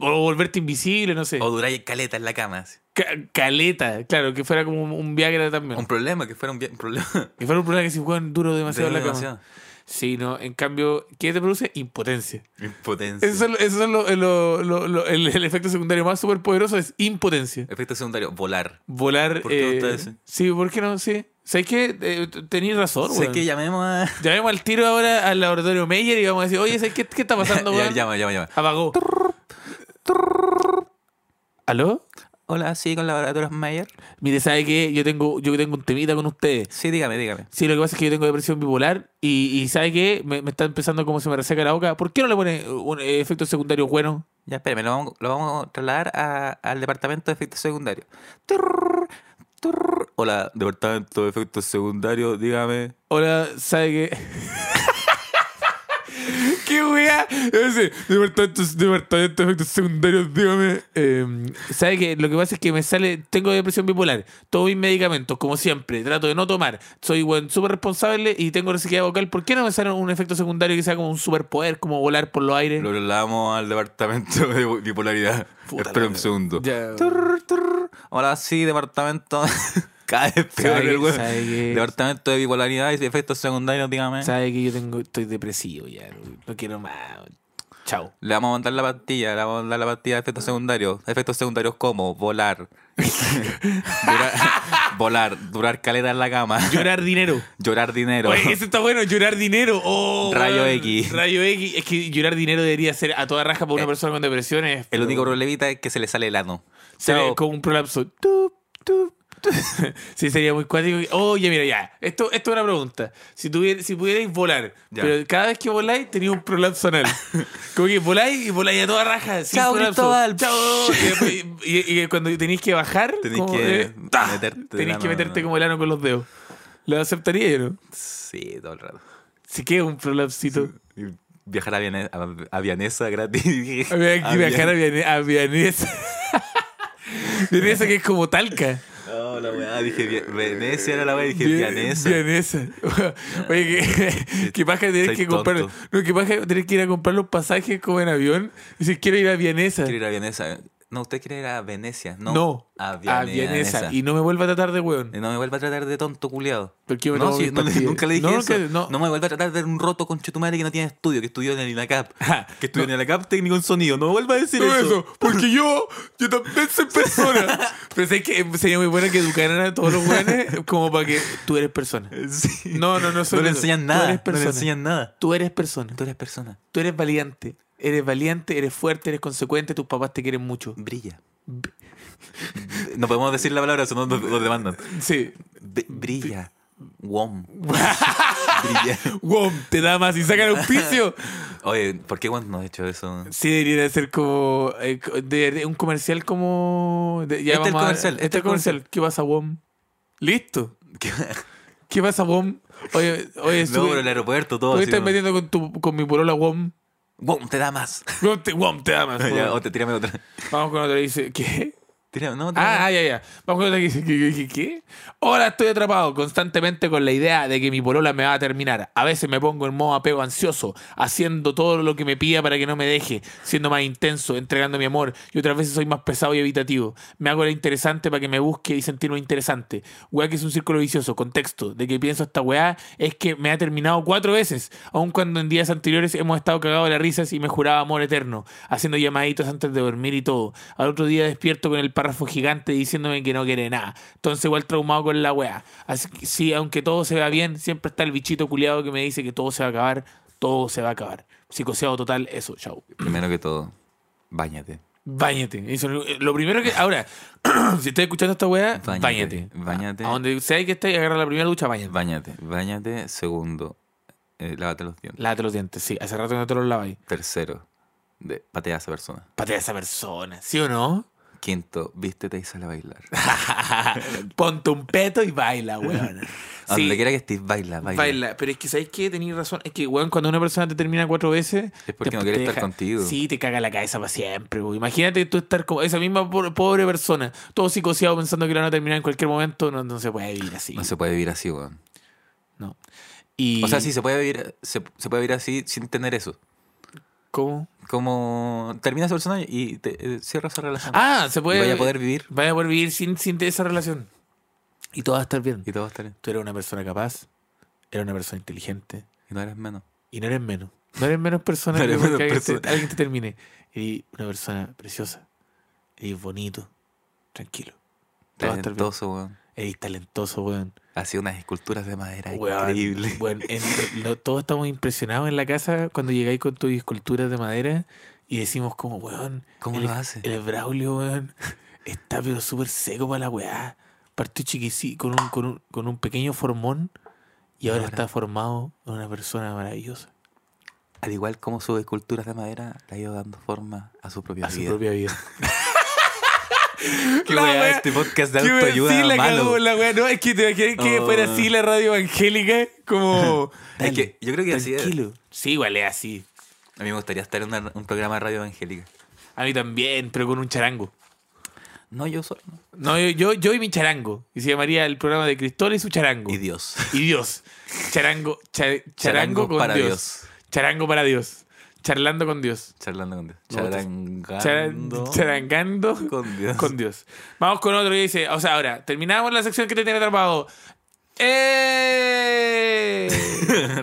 B: O volverte invisible, no sé.
C: O durar caleta en la cama. así.
B: Ca- caleta, claro, que fuera como un, un Viagra también.
C: Un problema, que fuera un, vi- un problema.
B: que fuera un problema que si juegan duro demasiado en la cama.
C: Demasiado.
B: Sí, no, en cambio, ¿qué te produce? Impotencia.
C: Impotencia.
B: Eso, es- eso es lo, eh, lo- lo- lo- el, el efecto secundario más superpoderoso es impotencia.
C: Efecto secundario, volar.
B: Volar.
C: ¿Por qué
B: eh,
C: gusta ese?
B: Sí, ¿por qué no? Sí. ¿Sabes qué? Eh, t- Tenéis razón,
C: sé
B: weón.
C: que llamemos <laughs> a...
B: Llamemos al tiro ahora al laboratorio Meyer y vamos a decir, oye, ¿sabes qué, qué está pasando,
C: <laughs> Ya,
B: weón?
C: llama, llama, llama.
B: Apagó. ¿Aló?
C: Hola, sí, con laboratorios Mayer.
B: Mire, ¿sabe qué? Yo tengo, yo tengo un temita con ustedes.
C: Sí, dígame, dígame.
B: Sí, lo que pasa es que yo tengo depresión bipolar y, y ¿sabe qué? Me, me está empezando como se me reseca la boca. ¿Por qué no le pone un eh, efecto secundario bueno?
C: Ya, espérame, lo vamos, lo vamos a trasladar a- al departamento de efectos secundarios. Turr, turr. Hola, departamento de efectos secundarios, dígame.
B: Hola, ¿sabe qué? <laughs> ¡Qué wea! Es decir, Departamento, departamento de efectos secundarios, dígame. Eh, ¿Sabe qué? Lo que pasa es que me sale. Tengo depresión bipolar. Tomo mis medicamentos, como siempre. Trato de no tomar. Soy weón, súper responsable y tengo resequedad vocal. ¿Por qué no me sale un efecto secundario que sea como un superpoder, como volar por los aires?
C: Lo trasladamos al departamento de bipolaridad.
B: Puta la
C: Espera un
B: mierda.
C: segundo.
B: Ya.
C: Turr, turr. Hola, sí, departamento. <laughs> Cada vez peor
B: ¿Sabe
C: el
B: qué?
C: weón.
B: ¿Sabe qué?
C: Departamento de bipolaridad y efectos secundarios, dígame.
B: Sabe que yo tengo, estoy depresivo ya, no- no quiero más. Chao.
C: Le vamos a mandar la pastilla, le vamos a mandar la pastilla de efectos secundarios. Efectos secundarios como
B: <laughs>
C: volar. Durar- volar, durar caleta en la cama. <laughs>
B: Llorar dinero.
C: Llorar dinero.
B: Oye, eso está bueno, llorar dinero. Oh,
C: Rayo
B: weón.
C: X.
B: Rayo X. Es que llorar dinero debería ser a toda raja para una
C: Eh,
B: persona con depresión. Es,
C: <laughs> El único problemita es que se le sale el ano.
B: Sería
C: Chao.
B: como un prolapso. Tup, tup, tup. <laughs> sí, sería muy cuático. Oye, mira, ya. Esto, esto es una pregunta. Si, tuvier, si pudierais volar,
C: Ya.
B: pero cada vez que voláis tenéis un prolapso
C: <laughs>
B: anal. como que voláis y voláis a toda raja. sin
C: Chao,
B: prolapso.
C: Cristóbal.
B: Chao. Y después- Y, y cuando tenéis que bajar,
C: Tenés
B: como,
C: que
B: eh, ¡ta!
C: meterte el
B: Tenés que
C: ano,
B: meterte
C: ¿no?
B: como el ano con los dedos. Lo aceptaría yo, ¿no?
C: Sí, todo el rato.
B: Si queda un prolapsito.
C: Y Viajar a, Viane- a- a Vianesa gratis.
B: Había que viajar a, Viane- a Vianesa. <laughs> Vianesa que es como Talca.
C: No, Oh, la weá, dije Vi- Venecia era la weá, dije
B: Bien-
C: Vianesa.
B: Vianesa. <laughs> Oye, que, que paja tener
C: soy
B: que comprar.
C: tonto.
B: No, que paja tener que ir a comprar los pasajes como en avión. Y si quiero ir a Vianesa.
C: Quiero ir a Vianesa. No, usted quiere ir a Venecia, no.
B: no.
C: a
B: A
C: Vianesa.
B: Vianesa. Y no me vuelva a tratar de weón.
C: Y no me vuelva a tratar de tonto culiado.
B: Porque yo me
C: No,
B: tomo
C: sí,
B: mis
C: no le-
B: pastillas.
C: nunca le dije
B: No,
C: eso.
B: nunca- no.
C: No me vuelva a tratar de un roto con chetumare que no tiene estudio, que estudió en
B: <laughs>
C: el INACAP.
B: Ajá.
C: Que estudió en el INACAP técnico en sonido. No me vuelva a decir
B: Todo
C: eso.
B: eso, porque yo, yo también soy
C: <laughs>
B: persona. Pensé que em, sería muy buena que educaran a todos los jóvenes como para que tú eres
C: <laughs>
B: persona.
C: Sí.
B: No, no, no soy
C: No le
B: eso.
C: enseñan
B: Tú
C: nada.
B: eres
C: No le
B: persona.
C: enseñan nada.
B: Tú eres persona.
C: Tú eres persona.
B: Tú eres valiente. Eres valiente, eres fuerte, eres consecuente, tus papás te quieren mucho.
C: Brilla. No podemos decir la palabra, eso no nos nos demandan.
B: Sí.
C: B- brilla.
B: <laughs>
C: Wom. brilla.
B: Wow, te da más y sacan auspicio.
C: Oye, ¿por qué Wom no ha hecho eso?
B: <laughs> Sí, debería de ser como eh, co- de, de un comercial como. de- ya
C: Este es el
B: vamos a-
C: comercial,
B: Este es el comercial. ¿Qué pasa, WOM? Listo. ¿Qué pasa, WOM? Oye, oye,
C: No,
B: sube-
C: pero el aeropuerto,
B: tú
C: todo.
B: me
C: así
B: estás
C: como,
B: metiendo con, tu, con mi polola WOM.
C: Wom, te da más. <laughs>
B: WOM te, WOM te <laughs> amas.
C: Ya,
B: WOM.
C: o te tírame otra.
B: Vamos con otra. y Dice, ¿qué?
C: Tírame, no, tírame.
B: Ah, ah, ya, ya. Vamos con otra que dice, ¿qué, qué, qué, qué? Ahora estoy atrapado constantemente con la idea de que mi polola me va a terminar. A veces me pongo en modo apego ansioso, haciendo todo lo que me pida para que no me deje, siendo más intenso, entregando mi amor, y otras veces soy más pesado y evitativo. Me hago la interesante para que me busque y sentirme interesante. Weá que es un círculo vicioso, contexto, de que pienso esta weá es que me ha terminado cuatro veces, aun cuando en días anteriores hemos estado cagados de las risas y me juraba amor eterno, haciendo llamaditos antes de dormir y todo. Al otro día despierto con el párrafo gigante diciéndome que no quiere nada. Entonces igual traumado con la weá. Así que sí, aunque todo se vea bien, siempre está el bichito culiado que me dice que todo se va a acabar, todo se va a acabar. Psicoseado total, eso, chau.
C: Primero que todo, báñate.
B: Báñate. Eso, lo primero que. Ahora, <clears throat> si estás escuchando esta weá,
C: Báñate,
B: báñate.
C: báñate.
B: A, a donde sea que estés, agarra la primera ducha, báñate.
C: Báñate. Báñate. Segundo, eh, lávate los dientes.
B: Lávate los dientes, sí. Hace rato que no te los laváis.
C: Tercero, de, patea a esa persona.
B: Patea a esa persona, ¿sí o no? <laughs>
C: Quinto, vístete y sal a bailar.
B: Ponte un peto y baila, weón.
C: A <laughs> donde quiera que estés, baila, baila.
B: baila. Pero es que, ¿sabes qué? Tenéis razón. Es que, weón, cuando una persona te termina cuatro veces.
C: Es porque
B: te-
C: no quiere
B: te
C: estar contigo.
B: Sí, te caga la cabeza para siempre, weón. Imagínate tú estar como esa misma po- pobre persona, todo psicoseado pensando que la van a terminar en cualquier momento. No, no se puede vivir así.
C: No se puede vivir así, weón.
B: No. Y,
C: O sea, sí, se puede vivir, se, se puede vivir así sin tener eso.
B: ¿Cómo?
C: Como termina esa persona y te, eh, cierra esa relación.
B: Ah, se puede.
C: y vaya a poder vivir
B: vaya a poder vivir sin, sin esa relación. Y todo va a estar bien.
C: y todo va a estar bien.
B: Tú eres una persona capaz, eres una persona inteligente.
C: Y no eres menos.
B: Y no eres menos. No eres menos persona
C: <laughs> No
B: que
C: eres
B: porque
C: menos
B: alguien, Te,
C: persona.
B: alguien te termine. Eres una persona preciosa. Eres bonito. Tranquilo. Todo va a estar bien.
C: Talentoso, weón.
B: Eres talentoso, weón.
C: Hacía unas esculturas de madera
B: Weón,
C: increíble.
B: <laughs> weón, en- lo- todos estamos impresionados en la casa cuando llegáis con tus esculturas de madera y decimos como, weón.
C: ¿Cómo
B: el,
C: lo hace?
B: El Braulio, weón. Está pero súper seco para la weá. Partió chiquisí con un, con un, con un pequeño formón y
C: Y
B: ahora,
C: ahora-
B: está formado en una persona maravillosa.
C: Al igual como sus esculturas de madera le ha ido dando forma a su propia
B: A su
C: vida.
B: propia vida.
C: <laughs> Qué
B: La
C: weá,
B: wea-
C: este podcast de
B: ¿Qué me-
C: autoayuda
B: sí, la
C: malo.
B: cagó la wea. No, es que te imaginas que
C: Oh.
B: fuera así la radio evangélica, como...
C: <laughs> Es que yo creo que así es.
B: Tranquilo. Sí, igual es así.
C: A mí me gustaría estar en una- un programa de radio evangélica.
B: A mí también, pero con un charango.
C: No, yo solo. no.
B: No, yo, yo, yo y mi charango. Y se llamaría el programa de Cristóbal y su charango.
C: Y Dios.
B: Y Dios. Charango, cha- charango, con
C: para
B: Dios.
C: Dios.
B: Charango para Dios. Charlando con Dios.
C: <laughs> Charlando con Dios.
B: No, te-
C: Charangando.
B: Chara- charangando
C: Con Dios.
B: con Dios. Vamos con otro que dice, o sea, ahora, terminamos la sección que te tiene atrapado. ¡Eh!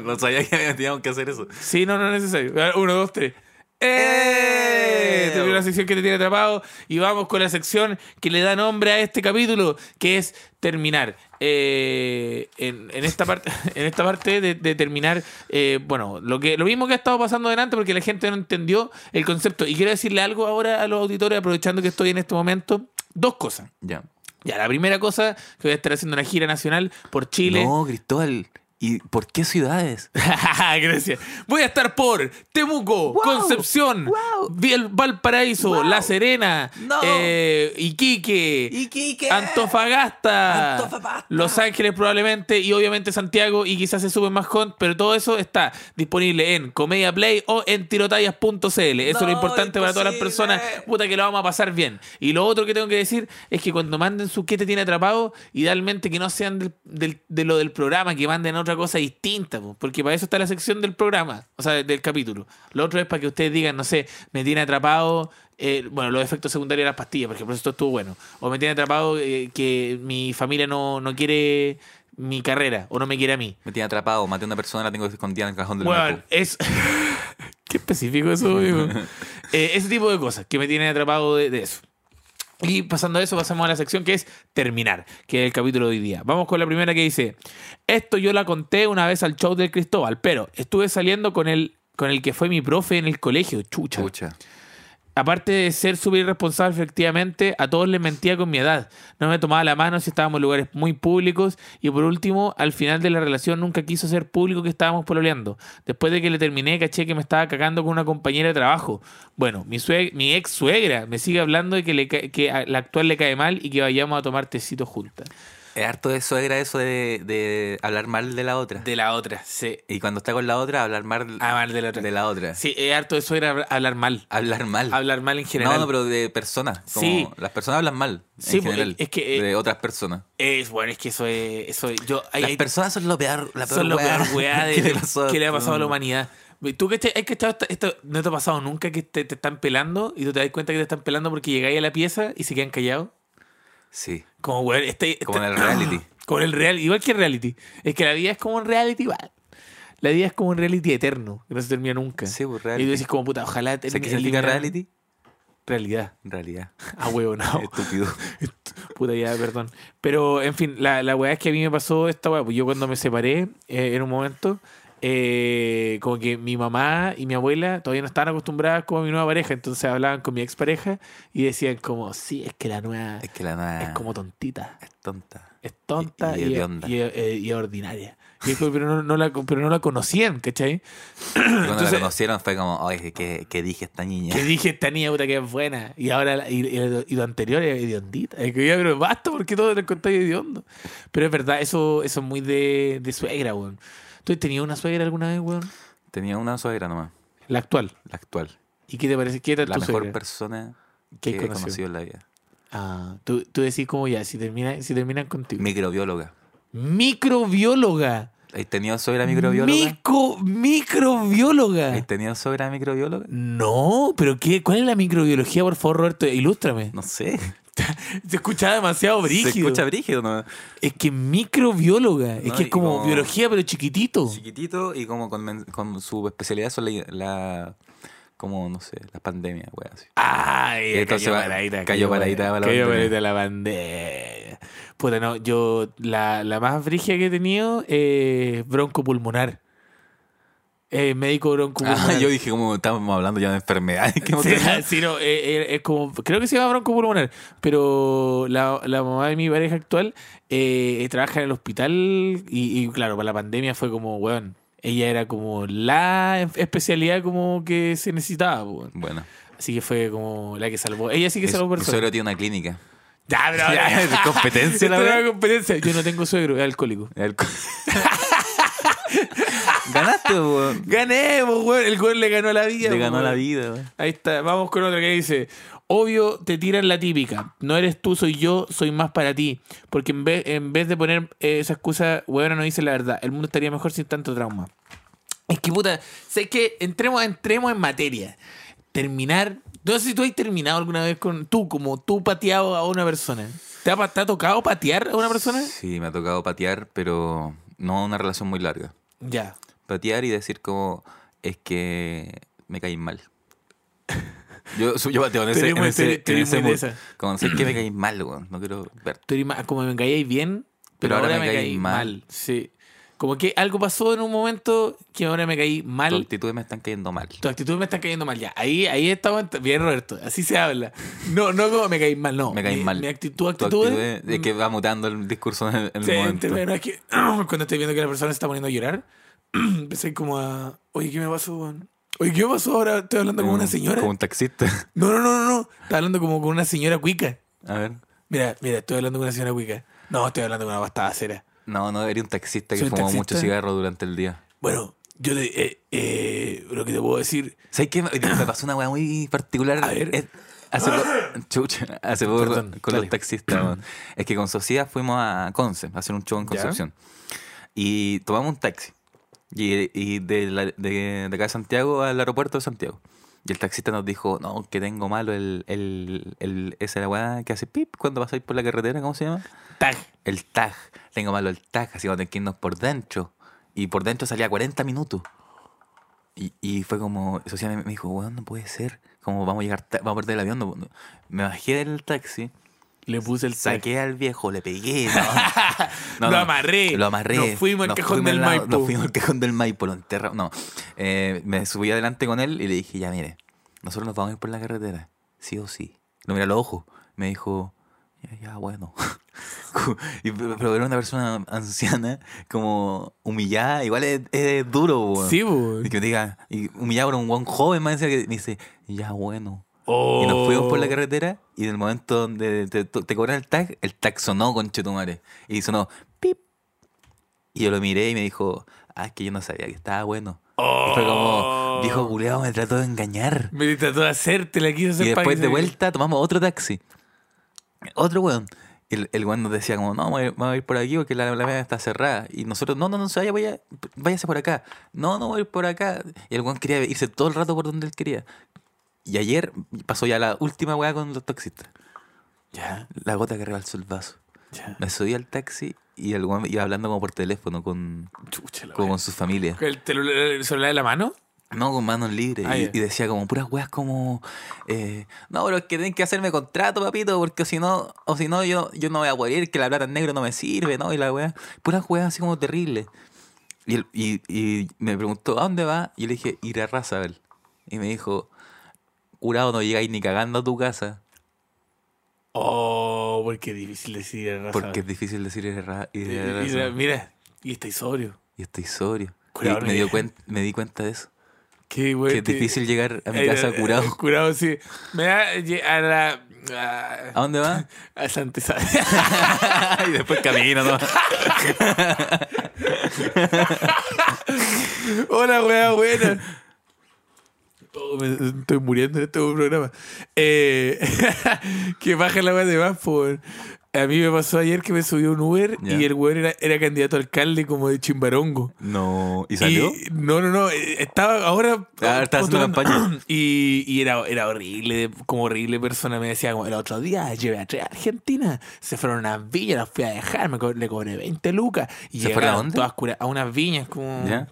C: <laughs> no sabía que había- teníamos que hacer eso.
B: sí, no, no es necesario. A ver, Uno, dos, tres. ¡Eh! Terminó la sección que te tiene atrapado y vamos con la sección que le da nombre a este capítulo, que es terminar. Eh, en, en esta parte, <laughs> en esta parte de, de terminar, eh, bueno, lo que lo mismo que ha estado pasando delante, porque la gente no entendió el concepto. Y quiero decirle algo ahora a los auditores, aprovechando que estoy en este momento. Dos cosas.
C: Ya.
B: Ya, la primera cosa, que voy a estar haciendo una gira nacional por Chile.
C: No, Cristóbal. ¿Y por qué ciudades?
B: <laughs> Gracias. Voy a estar por Temuco, Concepción, Viel- Valparaíso, La Serena,
C: No.
B: eh, Iquique,
C: Iquique.
B: Antofagasta,
C: Antofagasta.
B: Los Ángeles probablemente y obviamente Santiago y quizás se suben más con, pero todo eso está disponible en Comedia Play o en tirotallas.cl. Eso es lo
C: No,
B: importante para todas las
C: imposible.
B: personas. Puta que lo vamos a pasar bien. Y lo otro que tengo que decir es que cuando manden su que te tiene atrapado, idealmente que no sean del- del- de lo del programa, que manden otro otra cosa distinta, po, porque para eso está la sección del programa, o sea, del capítulo. Lo otro es para que ustedes digan, no sé, me tiene atrapado, eh, bueno, los efectos secundarios de las pastillas, por ejemplo, esto estuvo bueno. O me tiene atrapado eh, que mi familia no, no quiere mi carrera o no me quiere a mí.
C: Me tiene atrapado, maté a una persona, la tengo escondida en el cajón del
B: Bueno,
C: mapu.
B: es. <laughs> Qué específico eso, amigo.
C: <laughs>
B: Eh, ese tipo de cosas que me tienen atrapado de, de eso. Y pasando a eso, pasamos a la sección que es terminar, que es el capítulo de hoy día. Vamos con la primera que dice: Esto yo la conté una vez al show del Cristóbal, pero estuve saliendo con el, con el que fue mi profe en el colegio, chucha.
C: Chucha.
B: Aparte de ser súper irresponsable, efectivamente, a todos les mentía con mi edad. No me tomaba la mano si estábamos en lugares muy públicos. Y por último, al final de la relación nunca quiso ser público que estábamos pololeando. Después de que le terminé, caché que me estaba cagando con una compañera de trabajo. Bueno, mi, sue- mi ex suegra me sigue hablando de que, le ca- que a la actual le cae mal y que vayamos a tomar tecito juntas.
C: Es harto de suegra eso de, de hablar mal de la otra.
B: De la otra, sí.
C: Y cuando está con la otra, hablar mal
B: Ah, mal de la otra.
C: de la otra.
B: Sí, es harto de suegra hablar mal.
C: Hablar mal.
B: Hablar mal en general.
C: no, no, pero de personas. Como
B: Sí.
C: Las personas hablan mal.
B: Sí,
C: en
B: porque
C: general,
B: es que, eh,
C: de otras personas.
B: Es bueno, es que eso es. Eso es- yo, hay-
C: Las
B: hay-
C: personas son lo peor, la peor
B: son la
C: weá
B: peor weá de-
C: <laughs> que le pasó
B: que le ha pasado a la
C: mundo.
B: humanidad. ¿Tú que ¿Hay que esto, esto- no te ha pasado nunca que te, te están pelando y tú te das cuenta que te están pelando porque llegáis a la pieza y se quedan callados?
C: Sí.
B: Como, weón, este-
C: Como en
B: este- <laughs>
C: el reality.
B: Como en el real, igual que el reality. Es que la vida es como un reality, va. La vida es como un reality eterno, que no se termina nunca.
C: Sí, pues,
B: Y tú
C: reality.
B: dices como, puta, ojalá...
C: ¿Sabes qué
B: termine-
C: significa
B: eliminar-
C: reality?
B: Realidad. <laughs>
C: Realidad.
B: Ah, huevo, no. <laughs>
C: Estúpido.
B: Puta ya, perdón. Pero, en fin, la, la weá es que a mí me pasó esta weá. Pues yo cuando me separé, eh, en un momento, eh, como que mi mamá y mi abuela todavía no estaban acostumbradas como a mi nueva pareja. Entonces hablaban con mi expareja y decían como, sí, es que la nueva
C: Es que la nada
B: es como tontita.
C: es
B: <clears throat>
C: tonta.
B: Es tonta
C: Y-
B: y,
C: y hedionda.
B: y- eh, y es ordinaria. Y es como, pero, no, no la, pero no la conocían, ¿cachai?
C: Y cuando la
B: Entonces-
C: conocieron fue como, ay, ¿qué, qué dije esta niña?
B: Que dije, esta niña puta que es buena. Y ahora, la- y, y- y lo anterior es hediondita. Es que ya, pero basta porque todo lo encontré hediondo. Pero es verdad, eso, eso es muy de, de suegra, weón. ¿Tú has tenido una suegra alguna vez, weón?
C: Tenía una suegra nomás,
B: La actual.
C: la actual.
B: ¿Y qué te parece? ¿Qué tal
C: La
B: tu
C: mejor
B: suegra?
C: persona
B: Que
C: que
B: he
C: he conocido.
B: conocido.
C: en la vida.
B: Ah, tú, tú decís como ya, si terminan, si terminan contigo.
C: Microbióloga.
B: Microbióloga.
C: ¿Has tenido suegra microbióloga?
B: Mico- microbióloga.
C: ¿Has tenido suegra microbióloga?
B: No, pero qué, ¿cuál es la microbiología, por favor, Roberto? Ilústrame. <laughs>
C: No sé.
B: Se escuchaba demasiado brígido.
C: Se escucha brígido nomás.
B: Es que microbióloga. es
C: No,
B: que es
C: y
B: como
C: como-
B: biología, pero chiquitito.
C: Chiquitito y como con, men- con su especialidad son la, la- como, no sé, las pandemias, weá, así.
B: Ay,
C: Y entonces
B: cayó
C: va-
B: paradita.
C: cayó paradita la
B: Cayó
C: bandera.
B: paradita la bandera. Puta, no, yo la, la más frigia que he tenido es broncopulmonar. Eh, médico broncopulmonar.
C: Ah, yo dije como estábamos hablando ya de enfermedades.
B: <laughs>
C: que hemos
B: Sí,
C: tenido.
B: sí, no, eh, eh, es como, creo que se llama broncopulmonar, pero la, la mamá de mi pareja actual eh, trabaja en el hospital y, y claro, para la pandemia fue como, weón, ella era como la en- especialidad como que se necesitaba, po, weón.
C: Bueno,
B: así que fue como la que salvó, ella sí que
C: mi-
B: salvó
C: mi
B: personas.
C: suegro tiene una clínica.
B: Ya, pero <laughs>
C: Ya, es competencia,
B: Esto
C: la
B: no
C: verdad.
B: es competencia. Yo no tengo suegro, es alcohólico.
C: El co- <laughs> Ganaste, weón.
B: Gané, po, weón, el gol le ganó la vida.
C: Le
B: po,
C: ganó la
B: weón.
C: vida, weón.
B: Ahí está, vamos con otra que dice, obvio te tiran la típica, no eres tú, soy yo, soy más para ti, porque en vez, en vez de poner eh, esa excusa, huevona no dice la verdad, el mundo estaría mejor sin tanto trauma. Es que puta, sé que entremos, entremos en materia, terminar, no sé si tú has terminado alguna vez con tú, como tú pateado a una persona, ¿te ha, pa- te ha tocado patear a una persona?
C: Sí, me ha tocado patear, pero no una relación muy larga.
B: Ya.
C: Patear y decir como, es que me caí mal. <laughs> Yo, su- yo pateo en
B: Te
C: ese,
B: di
C: en
B: muy- te
C: ese,
B: di- te
C: en
B: di
C: ese
B: muy de
C: mood.
B: este- esa.
C: Como, sé que
B: <clears throat>
C: me caí mal, weón. No quiero verte.
B: Tú eres más- como me caíais bien, pero, ahora, me caí, mal. Sí. Como que algo pasó en un momento que ahora me caí
C: Tus
B: mal.
C: actitudes me están cayendo mal.
B: Tu actitud me está cayendo mal ya. Ahí, ahí estamos. Bien, Roberto. Así se habla. No, no como me caí mal, no.
C: Me caí
B: Mi-
C: mal.
B: Mi actitud,
C: Tu
B: actitud. Mm.
C: actitud es que va mutando el discurso en el, en el
B: Sí,
C: momento.
B: te- bueno, es que <clears throat> cuando estoy viendo que la persona se está poniendo a llorar, <clears throat> empecé como a. Oye, ¿qué me pasó, weón? Oye, ¿qué me pasó ahora? Estoy hablando con una señora.
C: Como un taxista. <laughs>
B: No, no, no, no, no. Estaba hablando como con una señora cuica.
C: A ver.
B: Mira, mira, estoy hablando con una señora cuica. No, estoy hablando con una bastada acera.
C: No, no, era un taxista que
B: Soy un
C: fumó mucho
B: taxista.
C: cigarro durante el día.
B: Bueno, yo te, eh, eh, lo que te puedo decir.
C: ¿Sabes qué? Me me pasó una weá muy particular.
B: A ver.
C: Es-
B: <gasps>
C: hace po- Chucha, hace poco
B: Perdón,
C: con
B: dale.
C: los taxistas. weón. es que con Sociedad fuimos a Conce a hacer un show en
B: ¿Ya?
C: Concepción. Y tomamos un taxi. Y, y de, la- de- de acá de Santiago al aeropuerto de Santiago. Y el taxista nos dijo, no, que tengo malo el, el, el, esa weá que hace pip cuando pasáis por la carretera, ¿cómo se llama?
B: Tag.
C: El tag. Tengo malo el tag, así que vamos a tener que irnos por dentro. Y por dentro salía 40 minutos. Y, y fue como, Sociana me dijo, weón, no puede ser. Como vamos a llegar, ta- vamos a perder el avión. no- no". Me bajé del taxi,
B: Le puse el tag.
C: saqué al viejo, le pegué. No,
B: Lo
C: no,
B: amarré.
C: Lo amarré.
B: Nos fuimos al
C: Nos
B: cajón
C: fuimos
B: del
C: al lado-
B: Maipo.
C: Nos fuimos al cajón del Maipo, lo enterramos. No. Eh, me subí adelante con él y le dije, ya mire, nosotros nos vamos a ir por la carretera. Sí o sí. Lo mira a los ojos. Me dijo, ya, ya, bueno. <laughs> y, pero pero era una persona anciana, como humillada. Igual es, es duro, weón.
B: Sí, bo.
C: Y que diga, y humillado por un buen joven, más encima que dice, ya, bueno.
B: Oh.
C: Y nos fuimos por la carretera y en el momento donde te, te cobran el tag, el tag sonó con Chetumare. Y sonó pip. Y yo lo miré y me dijo, ah, es que yo no sabía que estaba bueno. Y fue como,
B: Oh.
C: viejo culeado, me trató de engañar.
B: Me trató de hacerte, la quiso hacer
C: Y
B: para
C: después
B: que
C: de
B: se-
C: vuelta tomamos otro taxi. Otro weón. Y El, el weón nos decía como, no, vamos a ir- vamos a ir por aquí porque la, la media está cerrada. Y nosotros, no, no, no se vaya, vaya, váyase por acá. No, no voy a ir por acá. Y el weón quería irse todo el rato por donde él quería. Y ayer pasó ya la última weá con los taxistas.
B: Ya,
C: La gota que rebalsó el vaso.
B: ya.
C: Me subí al taxi y el weón iba hablando como por teléfono con,
B: Chucha la
C: como
B: wea.
C: con su familia.
B: ¿El, celular- el celular de la mano?
C: No, con manos libres.
B: Ah,
C: y,
B: ya.
C: y decía como puras weas como... eh, no, pero es que tienen que hacerme contrato, papito, porque si no, o si no, yo, yo no voy a poder ir, que la plata en negro no me sirve, ¿no? Y la wea... Puras weas así como terribles. Y, el- y, y me preguntó, ¿a dónde va? Y yo le dije, ir a Razabel. Y me dijo, curado, no llegáis ni cagando a tu casa,
B: Oh, porque es difícil decir el raza.
C: porque es difícil decir ir a Ra- ir
B: Y-
C: a
B: y-
C: Razabel.
B: Mira, y estáis sobrio.
C: Y estoy sobrio.
B: Curado
C: Y
B: no
C: me, dio
B: llega.
C: cuen- me di cuenta de eso.
B: Qué
C: Que
B: güey.
C: es difícil llegar a mi
B: Eh,
C: casa
B: eh,
C: curado.
B: Curado, sí. Me da lle- a la. A,
C: ¿A dónde va?
B: a Santa Isabel. <laughs>
C: y después camino. ¿no?
B: Hola, wea, buena. Oh, me- estoy muriendo en este programa. Eh, <laughs> que baja la wea de más, por. A mí me pasó ayer que me subió un Uber
C: Ya.
B: y el weón era, era candidato a alcalde como de Chimbarongo.
C: No. ¿Y
B: Y- no, no, no. eh, Estaba ahora.
C: Ah, estaba haciendo
B: postulando.
C: campaña.
B: <clears throat> Y, y era, era horrible, como horrible persona. Me decía, como el otro día llevé a tres argentinas, se fueron a unas villas, las fui a dejar, me co- le cobré 20 lucas. Y
C: ¿Se fueron a
B: llegaron
C: dónde?
B: todas cura- a unas viñas, como.
C: ¿Ya?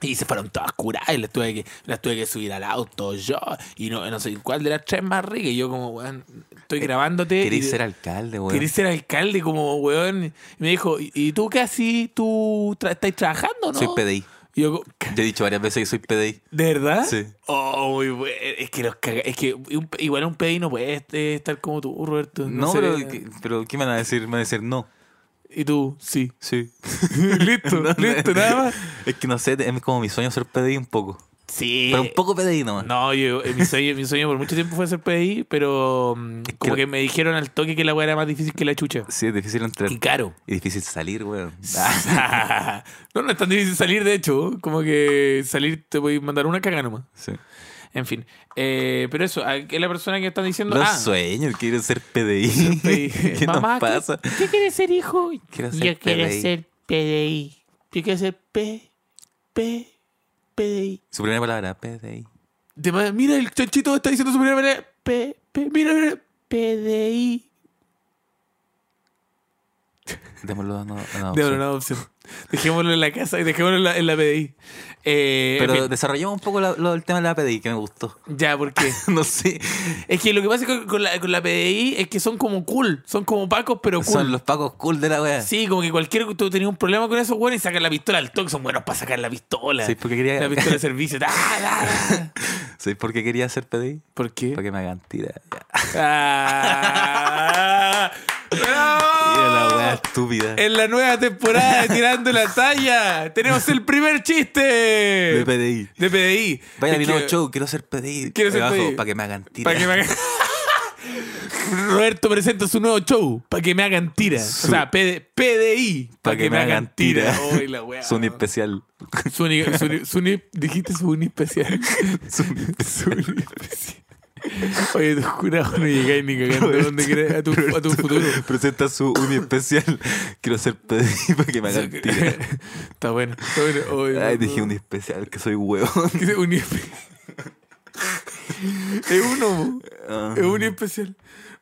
B: Y se fueron todas curadas y las tuve que, las tuve que subir al auto yo. Y no, no sé cuál de las tres más rica. Y yo, como, weón, estoy grabándote. y-
C: Eh, Querís ser alcalde, weón.
B: Querés ser alcalde como weón. Y me dijo, ¿y- ¿y tú qué así? ¿Tú tra- estáis trabajando o no?
C: Soy PDI.
B: Y yo, co-
C: Yo he dicho varias veces que soy PDI.
B: ¿De verdad?
C: Sí.
B: Oh, muy bueno. Es que los caga- Es que un- igual un PDI no puede este- estar como tú, Roberto.
C: No,
B: sé.
C: pero, ¿qué- pero ¿qué me van a decir? Me van a decir no.
B: Y tú,
C: <laughs>
B: sí.
C: Sí.
B: <laughs> listo,
C: <laughs> No,
B: listo,
C: no.
B: nada más.
C: Es que no sé, es como mi sueño ser PDI un poco.
B: Sí.
C: Pero un poco PDI nomás.
B: No, yo, eh, mi, sueño, mi sueño por mucho tiempo fue ser PDI, pero mm, como
C: que-
B: que me dijeron al toque que la weá era más difícil que la chucha.
C: Sí, es difícil entrar.
B: Y
C: <laughs>
B: caro.
C: Y difícil salir,
B: <laughs>
C: weón. Ah,
B: no, no es tan difícil salir, de hecho. Como que salir te voy a mandar una caga nomás.
C: Sí.
B: En fin. Eh, pero eso, ¿a qué es la persona que están diciendo.
C: Los
B: ah,
C: sueños, quiero ser PDI.
B: PDI.
C: <laughs> ¿Qué nos
B: Mamá, ¿qué-
C: pasa?
B: ¿qué, quieres ser, hijo?
C: Quiero
B: Yo
C: ser
B: quiero
C: PDI.
B: ser PDI. Yo quiero ser P. P. PDI.
C: Su primera palabra, PDI.
B: De ma- mira, el chanchito está diciendo su primera palabra. P. P. Mira, mira. PDI.
C: Démoslo a no, a no,
B: Démosle
C: sí.
B: una opción. Dejémoslo en la casa y dejémoslo en la, en la PDI. Eh, en
C: Pero
B: fin,
C: desarrollamos un poco la- lo del tema de la PDI que me gustó. <laughs>
B: ya, porque.
C: no sé.
B: Es que lo que pasa con, con la, con la PDI es que son como cool. Son como pacos, pero cool.
C: Son los pacos cool de la wea.
B: Sí, como que cualquier tú tenías un problema con eso, bueno, y sacan la pistola al toque, son buenos para sacar la pistola.
C: Sí, porque quería-
B: La
C: <laughs>
B: pistola de servicio. ¡Ah, ah, ah!
C: ¿Sabes por qué quería hacer PDI?
B: ¿Por qué?
C: Para que me hagan tira. <laughs>
B: Ah, ¡Bravo!
C: Mira la wea estúpida.
B: En la nueva temporada de Tirando la Talla, tenemos el primer chiste de
C: De PDI.
B: De PDI.
C: Vaya a mi
B: Es que-
C: nuevo show, quiero ser PDI.
B: Quiero ser PDI.
C: Para que me hagan tira.
B: Para que me
C: <laughs>
B: hagan- Roberto presenta su nuevo show, para que me hagan tira.
C: Su-
B: O sea, PD PDI, para
C: Pa' que me hagan tira.
B: Ay, la wea.
C: Son especial. <laughs>
B: Suni, Suni, Suni- dijiste Suni especial. Suni especial. Oye, tú jurado no llegáis ni cagando
C: <laughs>
B: donde querés, a tu, a tu futuro.
C: Presenta su uni especial. Quiero ser pedido <laughs> para que me hagan tira.
B: <laughs> Está bueno. Está bueno. Oye,
C: Ay,
B: no.
C: dije uni especial, que soy
B: <laughs>
C: huevón.
B: Que se- un espe- es uno, po. es un especial.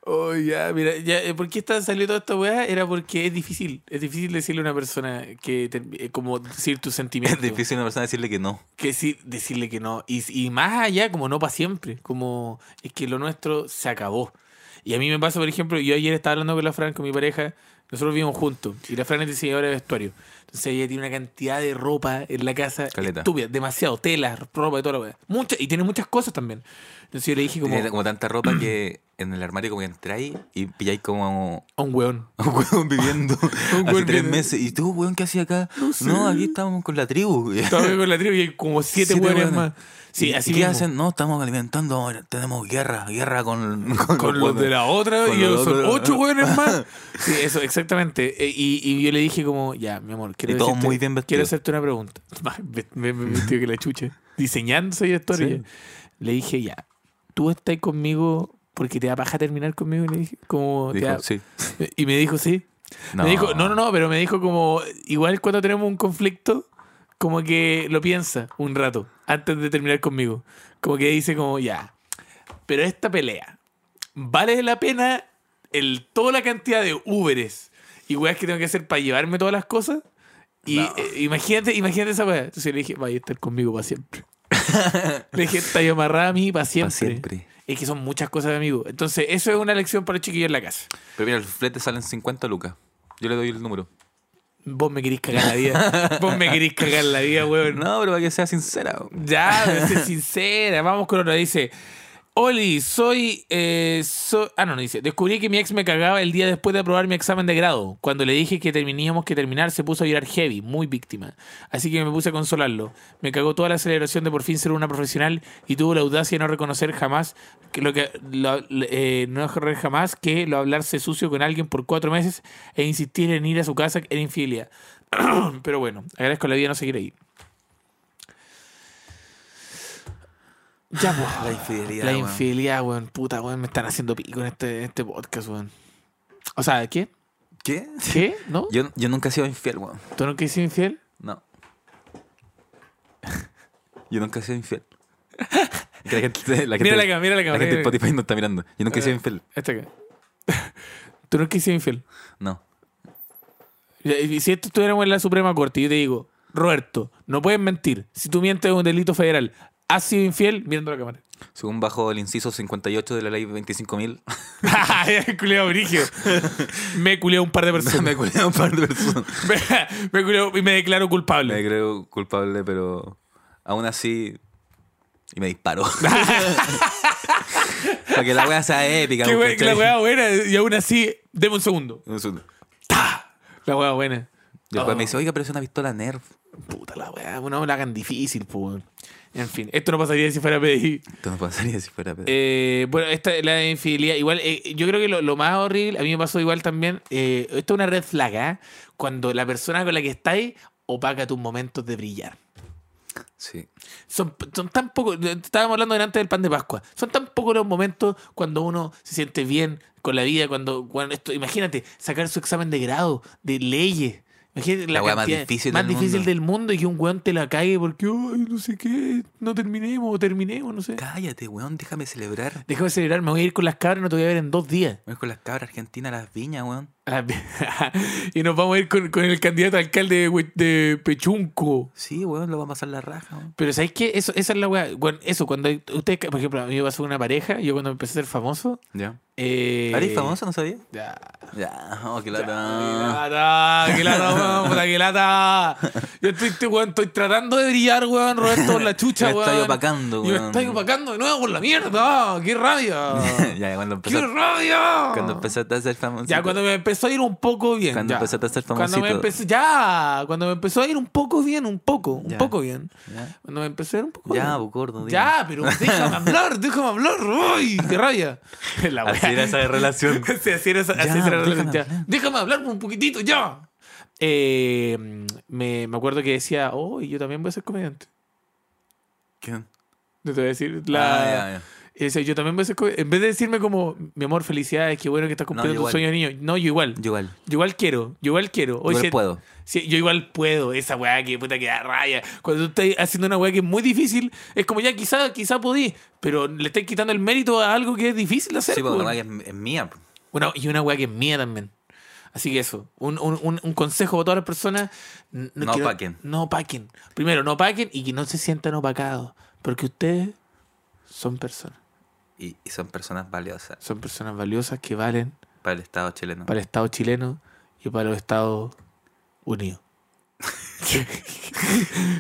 B: Oh, ya, mira, ya, eh, ¿por qué esta, salió toda esta weá? Era porque es difícil. Es difícil decirle a una persona que, te- eh, como decir tus sentimientos.
C: <laughs> Es difícil a una persona decirle que no.
B: Que sí, decirle que no. Y, y más allá, como no para siempre. Como es que lo nuestro se acabó. Y a mí me pasa, por ejemplo, yo ayer estaba hablando con la Fran, con mi pareja. Nosotros vivimos juntos. Y la Fran es diseñadora de vestuario. Entonces ella tiene una cantidad de ropa en la casa.
C: Caleta.
B: Estúpida, demasiado. Telas, ropa y toda la weá. Mucha- y tiene muchas cosas también. Entonces yo le dije como
C: Tiene como tanta ropa
B: <clears throat>
C: que en el armario como que entráis y pilláis <laughs> como
B: a un weón.
C: a un huevón viviendo
B: <laughs> Un
C: hace
B: huevón
C: tres
B: viviendo.
C: meses. ¿Y tú, huevón, qué hacía acá? No,
B: sé.
C: aquí estábamos con la tribu. <laughs>
B: Estaba con la tribu y hay como siete,
C: Siete
B: weones
C: weones.
B: más. Sí,
C: ¿Y-
B: así
C: ¿Y qué
B: mismo.
C: hacen? No, estamos alimentando, ahora tenemos guerra, guerra con, <laughs>
B: <laughs> con los de la otra
C: con
B: y
C: los
B: son
C: otros.
B: ocho hueones más. <laughs> Sí, eso, exactamente. E- Y, y yo le dije como, ya, mi amor, quiero,
C: Y todos
B: decirte-
C: muy bien vestidos.
B: quiero hacerte una pregunta. <laughs> Más ve- ve- ve- vestido que la chucha. Diseñando soy historia.
C: Sí.
B: Le dije, ya, tú estás conmigo porque te da paja terminar conmigo. Le dije, como, te
C: Dijo,
B: da-
C: sí.
B: Y me dijo, sí. Me dijo, no, no, no, pero me dijo como, igual cuando tenemos un conflicto, como que lo piensa un rato antes de terminar conmigo. Como que dice como, ya, pero esta pelea, ¿vale la pena el, toda la cantidad de Uberes y weas que tengo que hacer para llevarme todas las cosas? Y
C: No.
B: eh, imagínate, imagínate esa wea. Entonces le dije, vaya a estar conmigo para siempre. le dije, está amarrada a mí para
C: Pa'
B: siempre.
C: siempre.
B: Es que son muchas cosas, amigo. Entonces, eso es una lección para los chiquillos en la casa.
C: Pero mira, el flete sale en 50 lucas. Yo le doy el número.
B: Vos me querís cagar la vida. Vos me querís cagar la vida, weón.
C: No, pero para que sea sincera.
B: Ya, pero sé sincera. Vamos con otra. Dice: Oli, soy, eh, so- Ah, no, no dice. Descubrí que mi ex me cagaba el día después de aprobar mi examen de grado. Cuando le dije que terminíamos que terminar, se puso a llorar heavy, muy víctima. Así que me puse a consolarlo. Me cagó toda la celebración de por fin ser una profesional y tuvo la audacia de no reconocer jamás que lo que. lo- eh, no reconocer jamás que lo hablarse sucio con alguien por cuatro meses e insistir en ir a su casa era infidelidad. Pero bueno, agradezco la vida no seguir ahí. Ya, pues.
C: La infidelidad.
B: La
C: weón.
B: infidelidad, weón. Puta, weón. Me están haciendo pico en este, en este podcast, weón. O sea, ¿qué?
C: ¿Qué?
B: ¿Qué? ¿No?
C: Yo, yo nunca he sido infiel, weón.
B: ¿Tú no quisiste infiel?
C: No. <laughs> Yo nunca he sido <laughs> infiel. Que La gente, la gente,
B: Mira la cámara, mira la cámara.
C: La gente de
B: mira la
C: Spotify no está mirando. Yo nunca he sido
B: Eh.
C: infiel.
B: cámara. Esta acá. <laughs> ¿Tú no quisiste infiel?
C: No.
B: Ya, y Si esto estuviéramos en la Suprema Corte, yo te digo, Roberto, no puedes mentir. Si tú mientes es un delito federal. ¿Has sido infiel? Mirando la cámara. <laughs>
C: Según bajo el inciso 58 de la ley <laughs> 25.000,
B: Me culeado
C: <laughs>
B: brigio. Me culé a un par de personas.
C: me he culiado un par de <laughs> personas.
B: Me, me culeo y me declaro culpable.
C: Me creo culpable, pero aún así. Y me <laughs> disparo. Para que la wea sea épica.
B: Qué
C: ¿no?
B: we- la
C: ¿Cachai?
B: weá buena. Y aún así, deme un segundo.
C: Un segundo.
B: La weá buena.
C: Después
B: Oh.
C: me dice, oiga, pero es una pistola Nerf.
B: Puta la weá, bueno, no la hagan difícil, po. weón. En fin, esto no pasaría si fuera PDI.
C: Esto no pasaría si fuera pedo.
B: Eh, bueno, esta la infidelidad. Igual, eh, yo creo que lo, lo más horrible, a mí me pasó igual también. eh, esto es una red flag, ¿ah? Cuando la persona con la que estáis opaca tus momentos de brillar.
C: Sí.
B: Son, son tan pocos, estábamos hablando delante del pan de Pascua, son tan pocos los momentos cuando uno se siente bien con la vida, cuando, cuando esto, imagínate, sacar su examen de grado, de leyes. Imagínate la,
C: La weá más
B: cantidad-
C: difícil
B: más
C: del
B: difícil
C: mundo.
B: del mundo y que un weón te la cague porque, ay, no sé qué, no terminemos o terminemos, no sé.
C: Cállate, weón, déjame celebrar.
B: Déjame celebrar, me voy a ir con las cabras, no te voy a ver en dos días. <laughs>
C: Voy con las cabras argentinas a las viñas, weón.
B: A la- y nos vamos a ir con, con el candidato a alcalde de, Hue- de Pechunco.
C: Sí, weón, lo va a pasar la raja, weón.
B: Pero ¿sabéis qué? Eso, esa es la weá. Bueno, eso, cuando hay- ustedes, por ejemplo, a mí me pasó una pareja, yo cuando empecé a ser famoso,
C: Ya.
B: Eh,
C: ¿Eres famoso? ¿No sabía?
B: Ya.
C: Ya, oh, qué
B: ya,
C: lata.
B: ¡Qué lata! ¡Qué lata, weón! puta, ¡Qué lata! Yo estoy, estoy, weón, estoy tratando de brillar, weón, Roberto, por la chucha,
C: <laughs> Me
B: weón.
C: estoy opacando,
B: Y me
C: weón.
B: estoy opacando de nuevo por la mierda. ah, ¡Qué rabia!
C: <laughs> ya, cuando
B: ¡Qué
C: empezaste,
B: rabia!
C: cuando empezaste a ser famoso.
B: Ya, cuando me empezó a ir un poco bien.
C: Cuando
B: ya.
C: empezaste a ser
B: Cuando me
C: famosito.
B: empecé- ya, cuando me empezó a ir un poco bien, un poco, un
C: Ya.
B: poco bien.
C: Ya,
B: Cuando me empezó a ir un poco
C: ya
B: bien.
C: pues, gordo.
B: Ya, pero <laughs> déjame hablar, déjame hablar. ¡Uy! ¡Qué rabia! <laughs> La
C: Así
B: wea.
C: era esa relación.
B: <laughs> Sí, así era esa- así
C: Ya,
B: era la
C: déjame
B: relación, ya.
C: hablar.
B: Déjame hablar un poquitito, ya. Eh, me, me acuerdo que decía, oh, yo también voy a ser comediante.
C: ¿Quién?
B: No te voy a decir la...
C: Ah, ya, ya.
B: Y decía, yo también voy a ser COVID. En vez de decirme como, mi amor, felicidades, qué bueno que estás cumpliendo tu
C: igual.
B: sueño de niño. No, yo igual. Yo,
C: Yo igual.
B: igual quiero, yo igual quiero. Hoy
C: Igual
B: se-
C: puedo.
B: Sí, yo igual puedo, esa weá que puta que da raya. Cuando tú estás haciendo una weá que es muy difícil, es como ya quizá, quizá podí, pero le estás quitando el mérito a algo que es difícil de hacer.
C: Sí, porque
B: po.
C: la weá que es, es mía. po.
B: Una- y una weá que es mía también. Así que eso, un, un- un- un consejo para todas las personas. n-
C: No
B: que
C: paquen.
B: No paquen. Primero, no paquen y que no se sientan opacados, porque ustedes son personas.
C: Y, y son personas valiosas
B: Son personas valiosas que valen
C: para el Estado chileno.
B: para el Estado chileno y para los Estados Unidos. <laughs>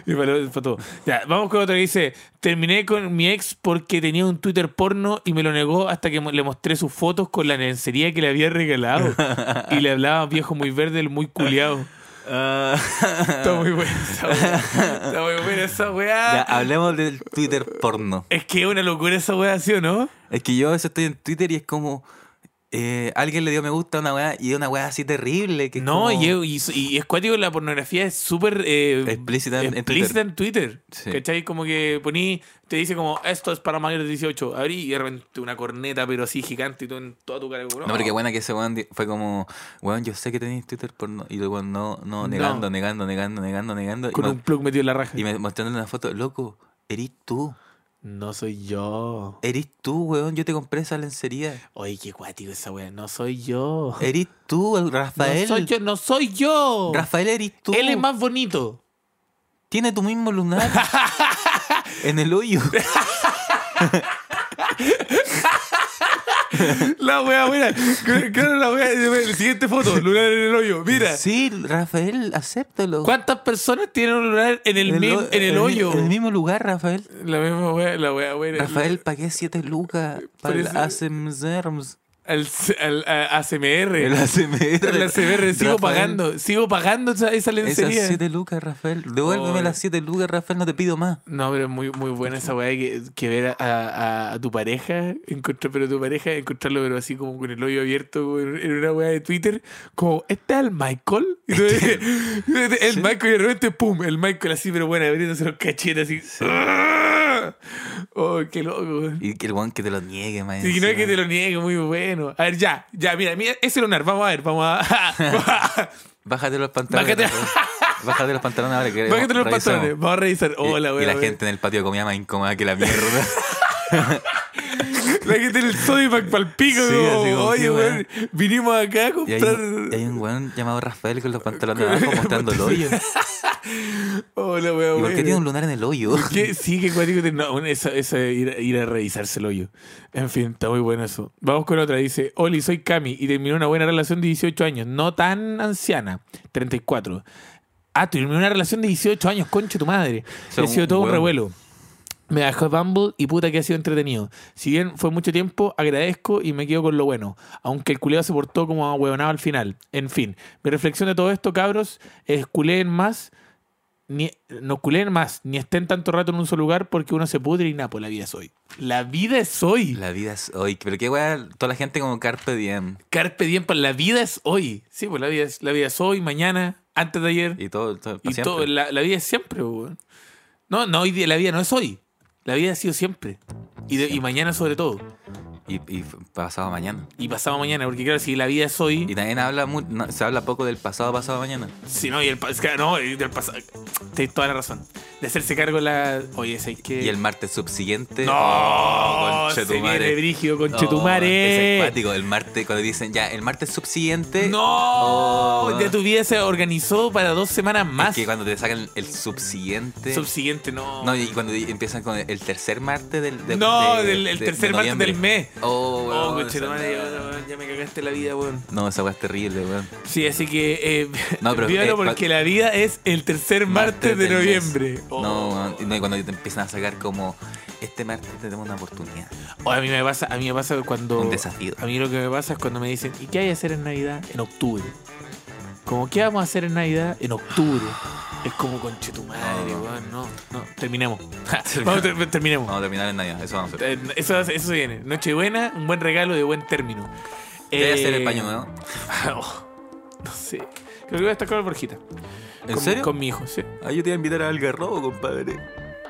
B: y para, los- para todo. Ya, vamos con otro que dice: Terminé con mi ex porque tenía un Twitter porno y me lo negó hasta que mo- le mostré sus fotos con la lencería que le había regalado. y le hablaba viejo muy verde, el muy culiado.
C: Ah.
B: Está muy buena esa weá. Está muy buena esa weá.
C: <laughs> Ya, hablemos del Twitter porno.
B: ah. Es que es una locura esa weá, ¿sí o no?
C: Es que yo a veces estoy en Twitter y es como. eh, alguien le dio me gusta a una weá y una weá así terrible. Que es
B: No,
C: como-
B: y, es- y, y es cuático, la pornografía es súper eh,
C: Explícita en- en
B: explícita en Twitter.
C: Sí.
B: ¿Cachai? Como que poní, te dice como, esto es para mayores de 18, abrí y de repente una corneta, pero así gigante y todo en toda tu cara. como, "Oh",
C: No, pero qué buena que ese weón di- fue como, weón, yo sé que tenéis Twitter porno. Y luego no, no, negando,
B: No.
C: negando, negando, negando, negando. Y,
B: Con
C: mo-
B: un plug metido en la raja.
C: y me mostrándole una foto, loco, eres tú,
B: No soy yo.
C: eres tú, weón, yo te compré esa lencería.
B: Oye, qué cuático esa wea. No soy yo.
C: Eres tú, el
B: No
C: Rafael.
B: soy yo, no soy yo.
C: Rafael, eres tú.
B: Él es más
C: <laughs>
B: bonito.
C: Tiene tu mismo
B: <laughs>
C: lunar en el hoyo.
B: La wea,
C: <laughs>
B: mira. Claro, la wea. La siguiente foto, lunar en el hoyo. Mira.
C: Sí, Rafael, acéptalo.
B: ¿Cuántas personas tienen un lunar en el, mi-
C: ho-
B: en el hoyo? Eh,
C: En el mismo lugar, Rafael.
B: La misma wea, la wea, wea.
C: Rafael, pagué 7
B: eh,
C: lucas para el
B: Parece-
C: ASMR.
B: Al, al- a- ACMR.
C: El ASMR.
B: La CBR, sigo
C: Rafael,
B: pagando, sigo pagando esa, esa
C: Esas
B: lencería.
C: 7 lucas, Rafael. Devuélveme
B: Oy.
C: las 7 lucas, Rafael, no te pido más.
B: No, pero es muy, muy buena esa weá que, que ver a, a- a tu pareja, encontrar, pero tu pareja, encontrarlo, pero así como con el hoyo abierto como en, en una weá de Twitter, como, ¿este es el Michael? <laughs> Y tú dices, el Michael, y de repente, pum, el Michael así, pero bueno, abriéndose los cachetes así. ¡Ah! Oh, qué loco. weón.
C: Y que el weón que te lo niegue, man.
B: Y no es que te lo niegue, muy bueno. A ver, ya, ya, mira, mira, ese lunar, vamos a ver, vamos
C: <laughs>
B: a. <laughs>
C: Bájate los pantalones.
B: Bájate- <laughs>
C: Rafael. Bájate los pantalones ahora que
B: Bájate los
C: revisamos.
B: pantalones, vamos a revisar.
C: Y-
B: Hola,
C: y,
B: weá.
C: la
B: weá.
C: gente en el patio comía más incómoda que
B: <laughs>
C: la mierda.
B: La gente del Sodimac pa'l pico,
C: Sí,
B: como,
C: así como,
B: oye,
C: sí, weón".
B: weón, vinimos acá a
C: y, hay,
B: comprar.
C: un- y hay un weón llamado Rafael con los pantalones abajo mostrando
B: <laughs>
C: el hoyo.
B: Hola,
C: ¿Y
B: weón,
C: por qué
B: weón.
C: tiene un lunar en el hoyo?
B: ¿Qué? Sí, qué cuático. tiene- No, bueno, esa, esa ir, a- ir a revisarse el hoyo. En fin, está muy bueno eso. Vamos con otra. Dice, Oli, soy Cami y terminó una buena relación de 18 años. No tan anciana, 34. Ah, terminó una relación de 18 años, concha tu madre.
C: Son
B: ha sido todo un
C: hueones.
B: revuelo. Me dejó Bumble y puta que ha sido entretenido. Si bien fue mucho tiempo, agradezco y me quedo con lo bueno. Aunque el culeo se portó como ahueonado al final. En fin, mi reflexión de todo esto, cabros, es culeen más, ni, no culeen más, ni estén tanto rato en un solo lugar porque uno se pudre y napo, la vida es hoy. La vida es hoy.
C: La vida es hoy. Pero qué weá, toda la gente como Carpe Diem.
B: Carpe diem, pues, la vida es hoy. Sí, pues la vida es, la vida es hoy, mañana, antes de ayer.
C: Y todo, todo pa'
B: Y
C: siempre.
B: todo, la, la vida es siempre, pues, weón. No, no, hoy día, la vida no es hoy. La vida ha sido siempre. Y, de- y mañana sobre todo.
C: Y, y pasado mañana.
B: Y pasado mañana, porque claro, si la vida es
C: Y
B: hoy.
C: también habla mu- no, se habla poco del pasado, pasado mañana.
B: Si no, y el, pa- es que no, y del pasado. Tienes toda la razón. De hacerse cargo la. Oye, ¿sabes qué?
C: Y el Oh, martes subsiguiente.
B: No,
C: conche
B: se
C: tu madre.
B: viene brígido con
C: No,
B: Chetumare.
C: Oh, Es acuático, el martes, cuando dicen ya, el martes subsiguiente.
B: no,
C: Oh,
B: ya tu vida se organizó para dos semanas
C: es
B: más.
C: que cuando te sacan el subsiguiente.
B: Subsiguiente, no.
C: no, y cuando di- empiezan con el, el tercer martes del. de-
B: No,
C: de-
B: del- el
C: de
B: tercer martes
C: noviembre.
B: del mes.
C: Oh,
B: Oh,
C: weón,
B: conche tu
C: esa-
B: madre, ya, ya me cagaste la vida, weón.
C: No, esa weá es terrible, weón.
B: Sí, así que eh, <laughs>
C: No, pero,
B: vívalo
C: eh, pa-
B: porque la vida es el tercer martes, de
C: del mes.
B: noviembre.
C: No,
B: Oh.
C: weón, y no, y cuando te empiezan a sacar como. Este martes tenemos una oportunidad.
B: Oh, a mí me pasa, a mí me pasa cuando
C: Un desafío.
B: a mí lo que me pasa es cuando me dicen, "¿Y qué hay que hacer en Navidad?" En octubre. Como, ¿qué vamos a hacer en Navidad? En octubre. Es como conche tu madre,
C: No.
B: weón. No, no, terminemos. <laughs> Vamos, ter- terminemos.
C: Vamos a terminar en Navidad, eso vamos a hacer.
B: Eh, Eso, eso viene. Nochebuena, un buen regalo de buen término.
C: ¿Qué voy a hacer el
B: Eh,
C: paño nuevo?
B: <laughs> oh, no sé. Creo que voy a estar con la borjita.
C: ¿En
B: Con-
C: serio?
B: Con mi hijo, sí.
C: Ah, yo te iba a invitar a Algarrobo, compadre.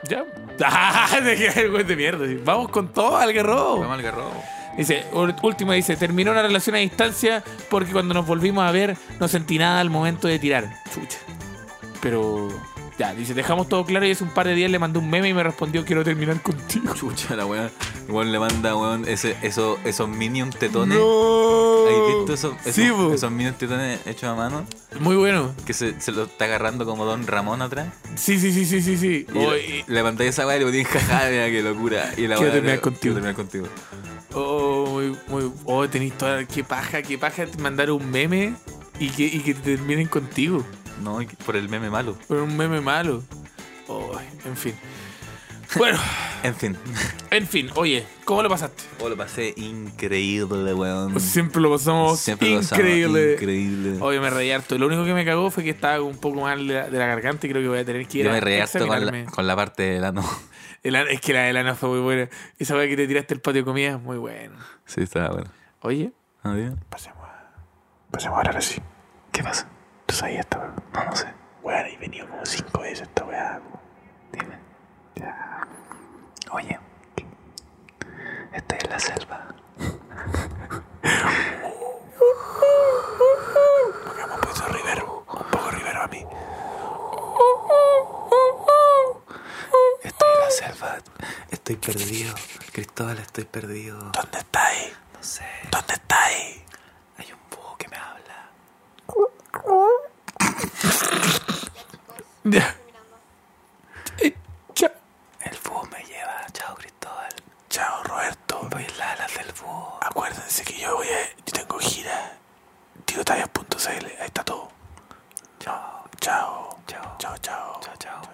B: Ya, <laughs> Ah, se queda el güey de mierda. sí. Vamos con todo al
C: Fue
B: garro.
C: mal garrobo.
B: Dice, ul- última dice, terminó una relación a distancia porque cuando nos volvimos a ver no sentí nada al momento de tirar. Chucha. Pero ya, dice, dejamos todo claro y hace un par de días le mandé un meme y me respondió quiero terminar contigo.
C: Chucha la weá. Weón le manda, weón, ese, eso, esos minions tetones.
B: No.
C: ¿Has visto esos, esos,
B: Sí, po.
C: esos minions tetones hechos a mano?
B: Muy bueno.
C: Que se, se lo está agarrando como Don Ramón atrás.
B: Sí, sí, sí, sí, sí, sí.
C: Y
B: Oh,
C: le- le mandáis esa weá y le ponéis jaja, mira qué locura. Y la
B: Quiero
C: weá-
B: terminar contigo.
C: Quiero terminar contigo.
B: Oh, muy, muy, oh, tenéis toda. Qué paja, qué paja mandar un meme y que, y que te terminen contigo.
C: No, y que- por el meme malo.
B: Por un meme malo. Oh, en fin.
C: <laughs>
B: Bueno,
C: En fin.
B: en fin, oye, ¿cómo lo pasaste?
C: Oh, lo pasé increíble, weón.
B: Siempre lo pasamos
C: Mm. Siempre lo pasaba
B: increíble.
C: increíble.
B: Oye, me reí harto. Lo único que me cagó fue que estaba un poco mal de la, de la garganta y creo que voy a tener que ir
C: Yo
B: a
C: me reí harto con
B: examinarme.
C: la, con la <laughs> parte del ano.
B: El ano- es que la de lana fue muy buena. Esa vez que te tiraste el patio de comida es muy buena.
C: Sí, estaba bueno.
B: Oye, <laughs>
C: ¿No bien?
B: pasemos Pues a. Pasemos ahora sí.
C: ¿Qué pasa?
B: ¿Tú sabías esta weá?
C: No, no sé.
B: Weón, he venido como cinco veces esta weá.
C: Dime. Oye. Estoy en la selva.
B: Me ha puesto Rivero. Un poco Rivero a mí.
C: Estoy en la selva. Estoy perdido. Cristóbal, estoy perdido.
B: ¿Dónde estáis?
C: No sé.
B: ¿Dónde estáis?
C: Hay un búho que me habla.
B: Ya. Eh, cha-
C: El búho me lleva. Chao, Cristóbal.
B: Chao, Roberto.
C: Voy en las alas del búho.
B: Acuérdense que yo voy a. Yo tengo gira. Tirotallas.cl. Ahí está todo. Chao. Chao.
C: Chao.
B: Chao, chao.
C: Chao, chao.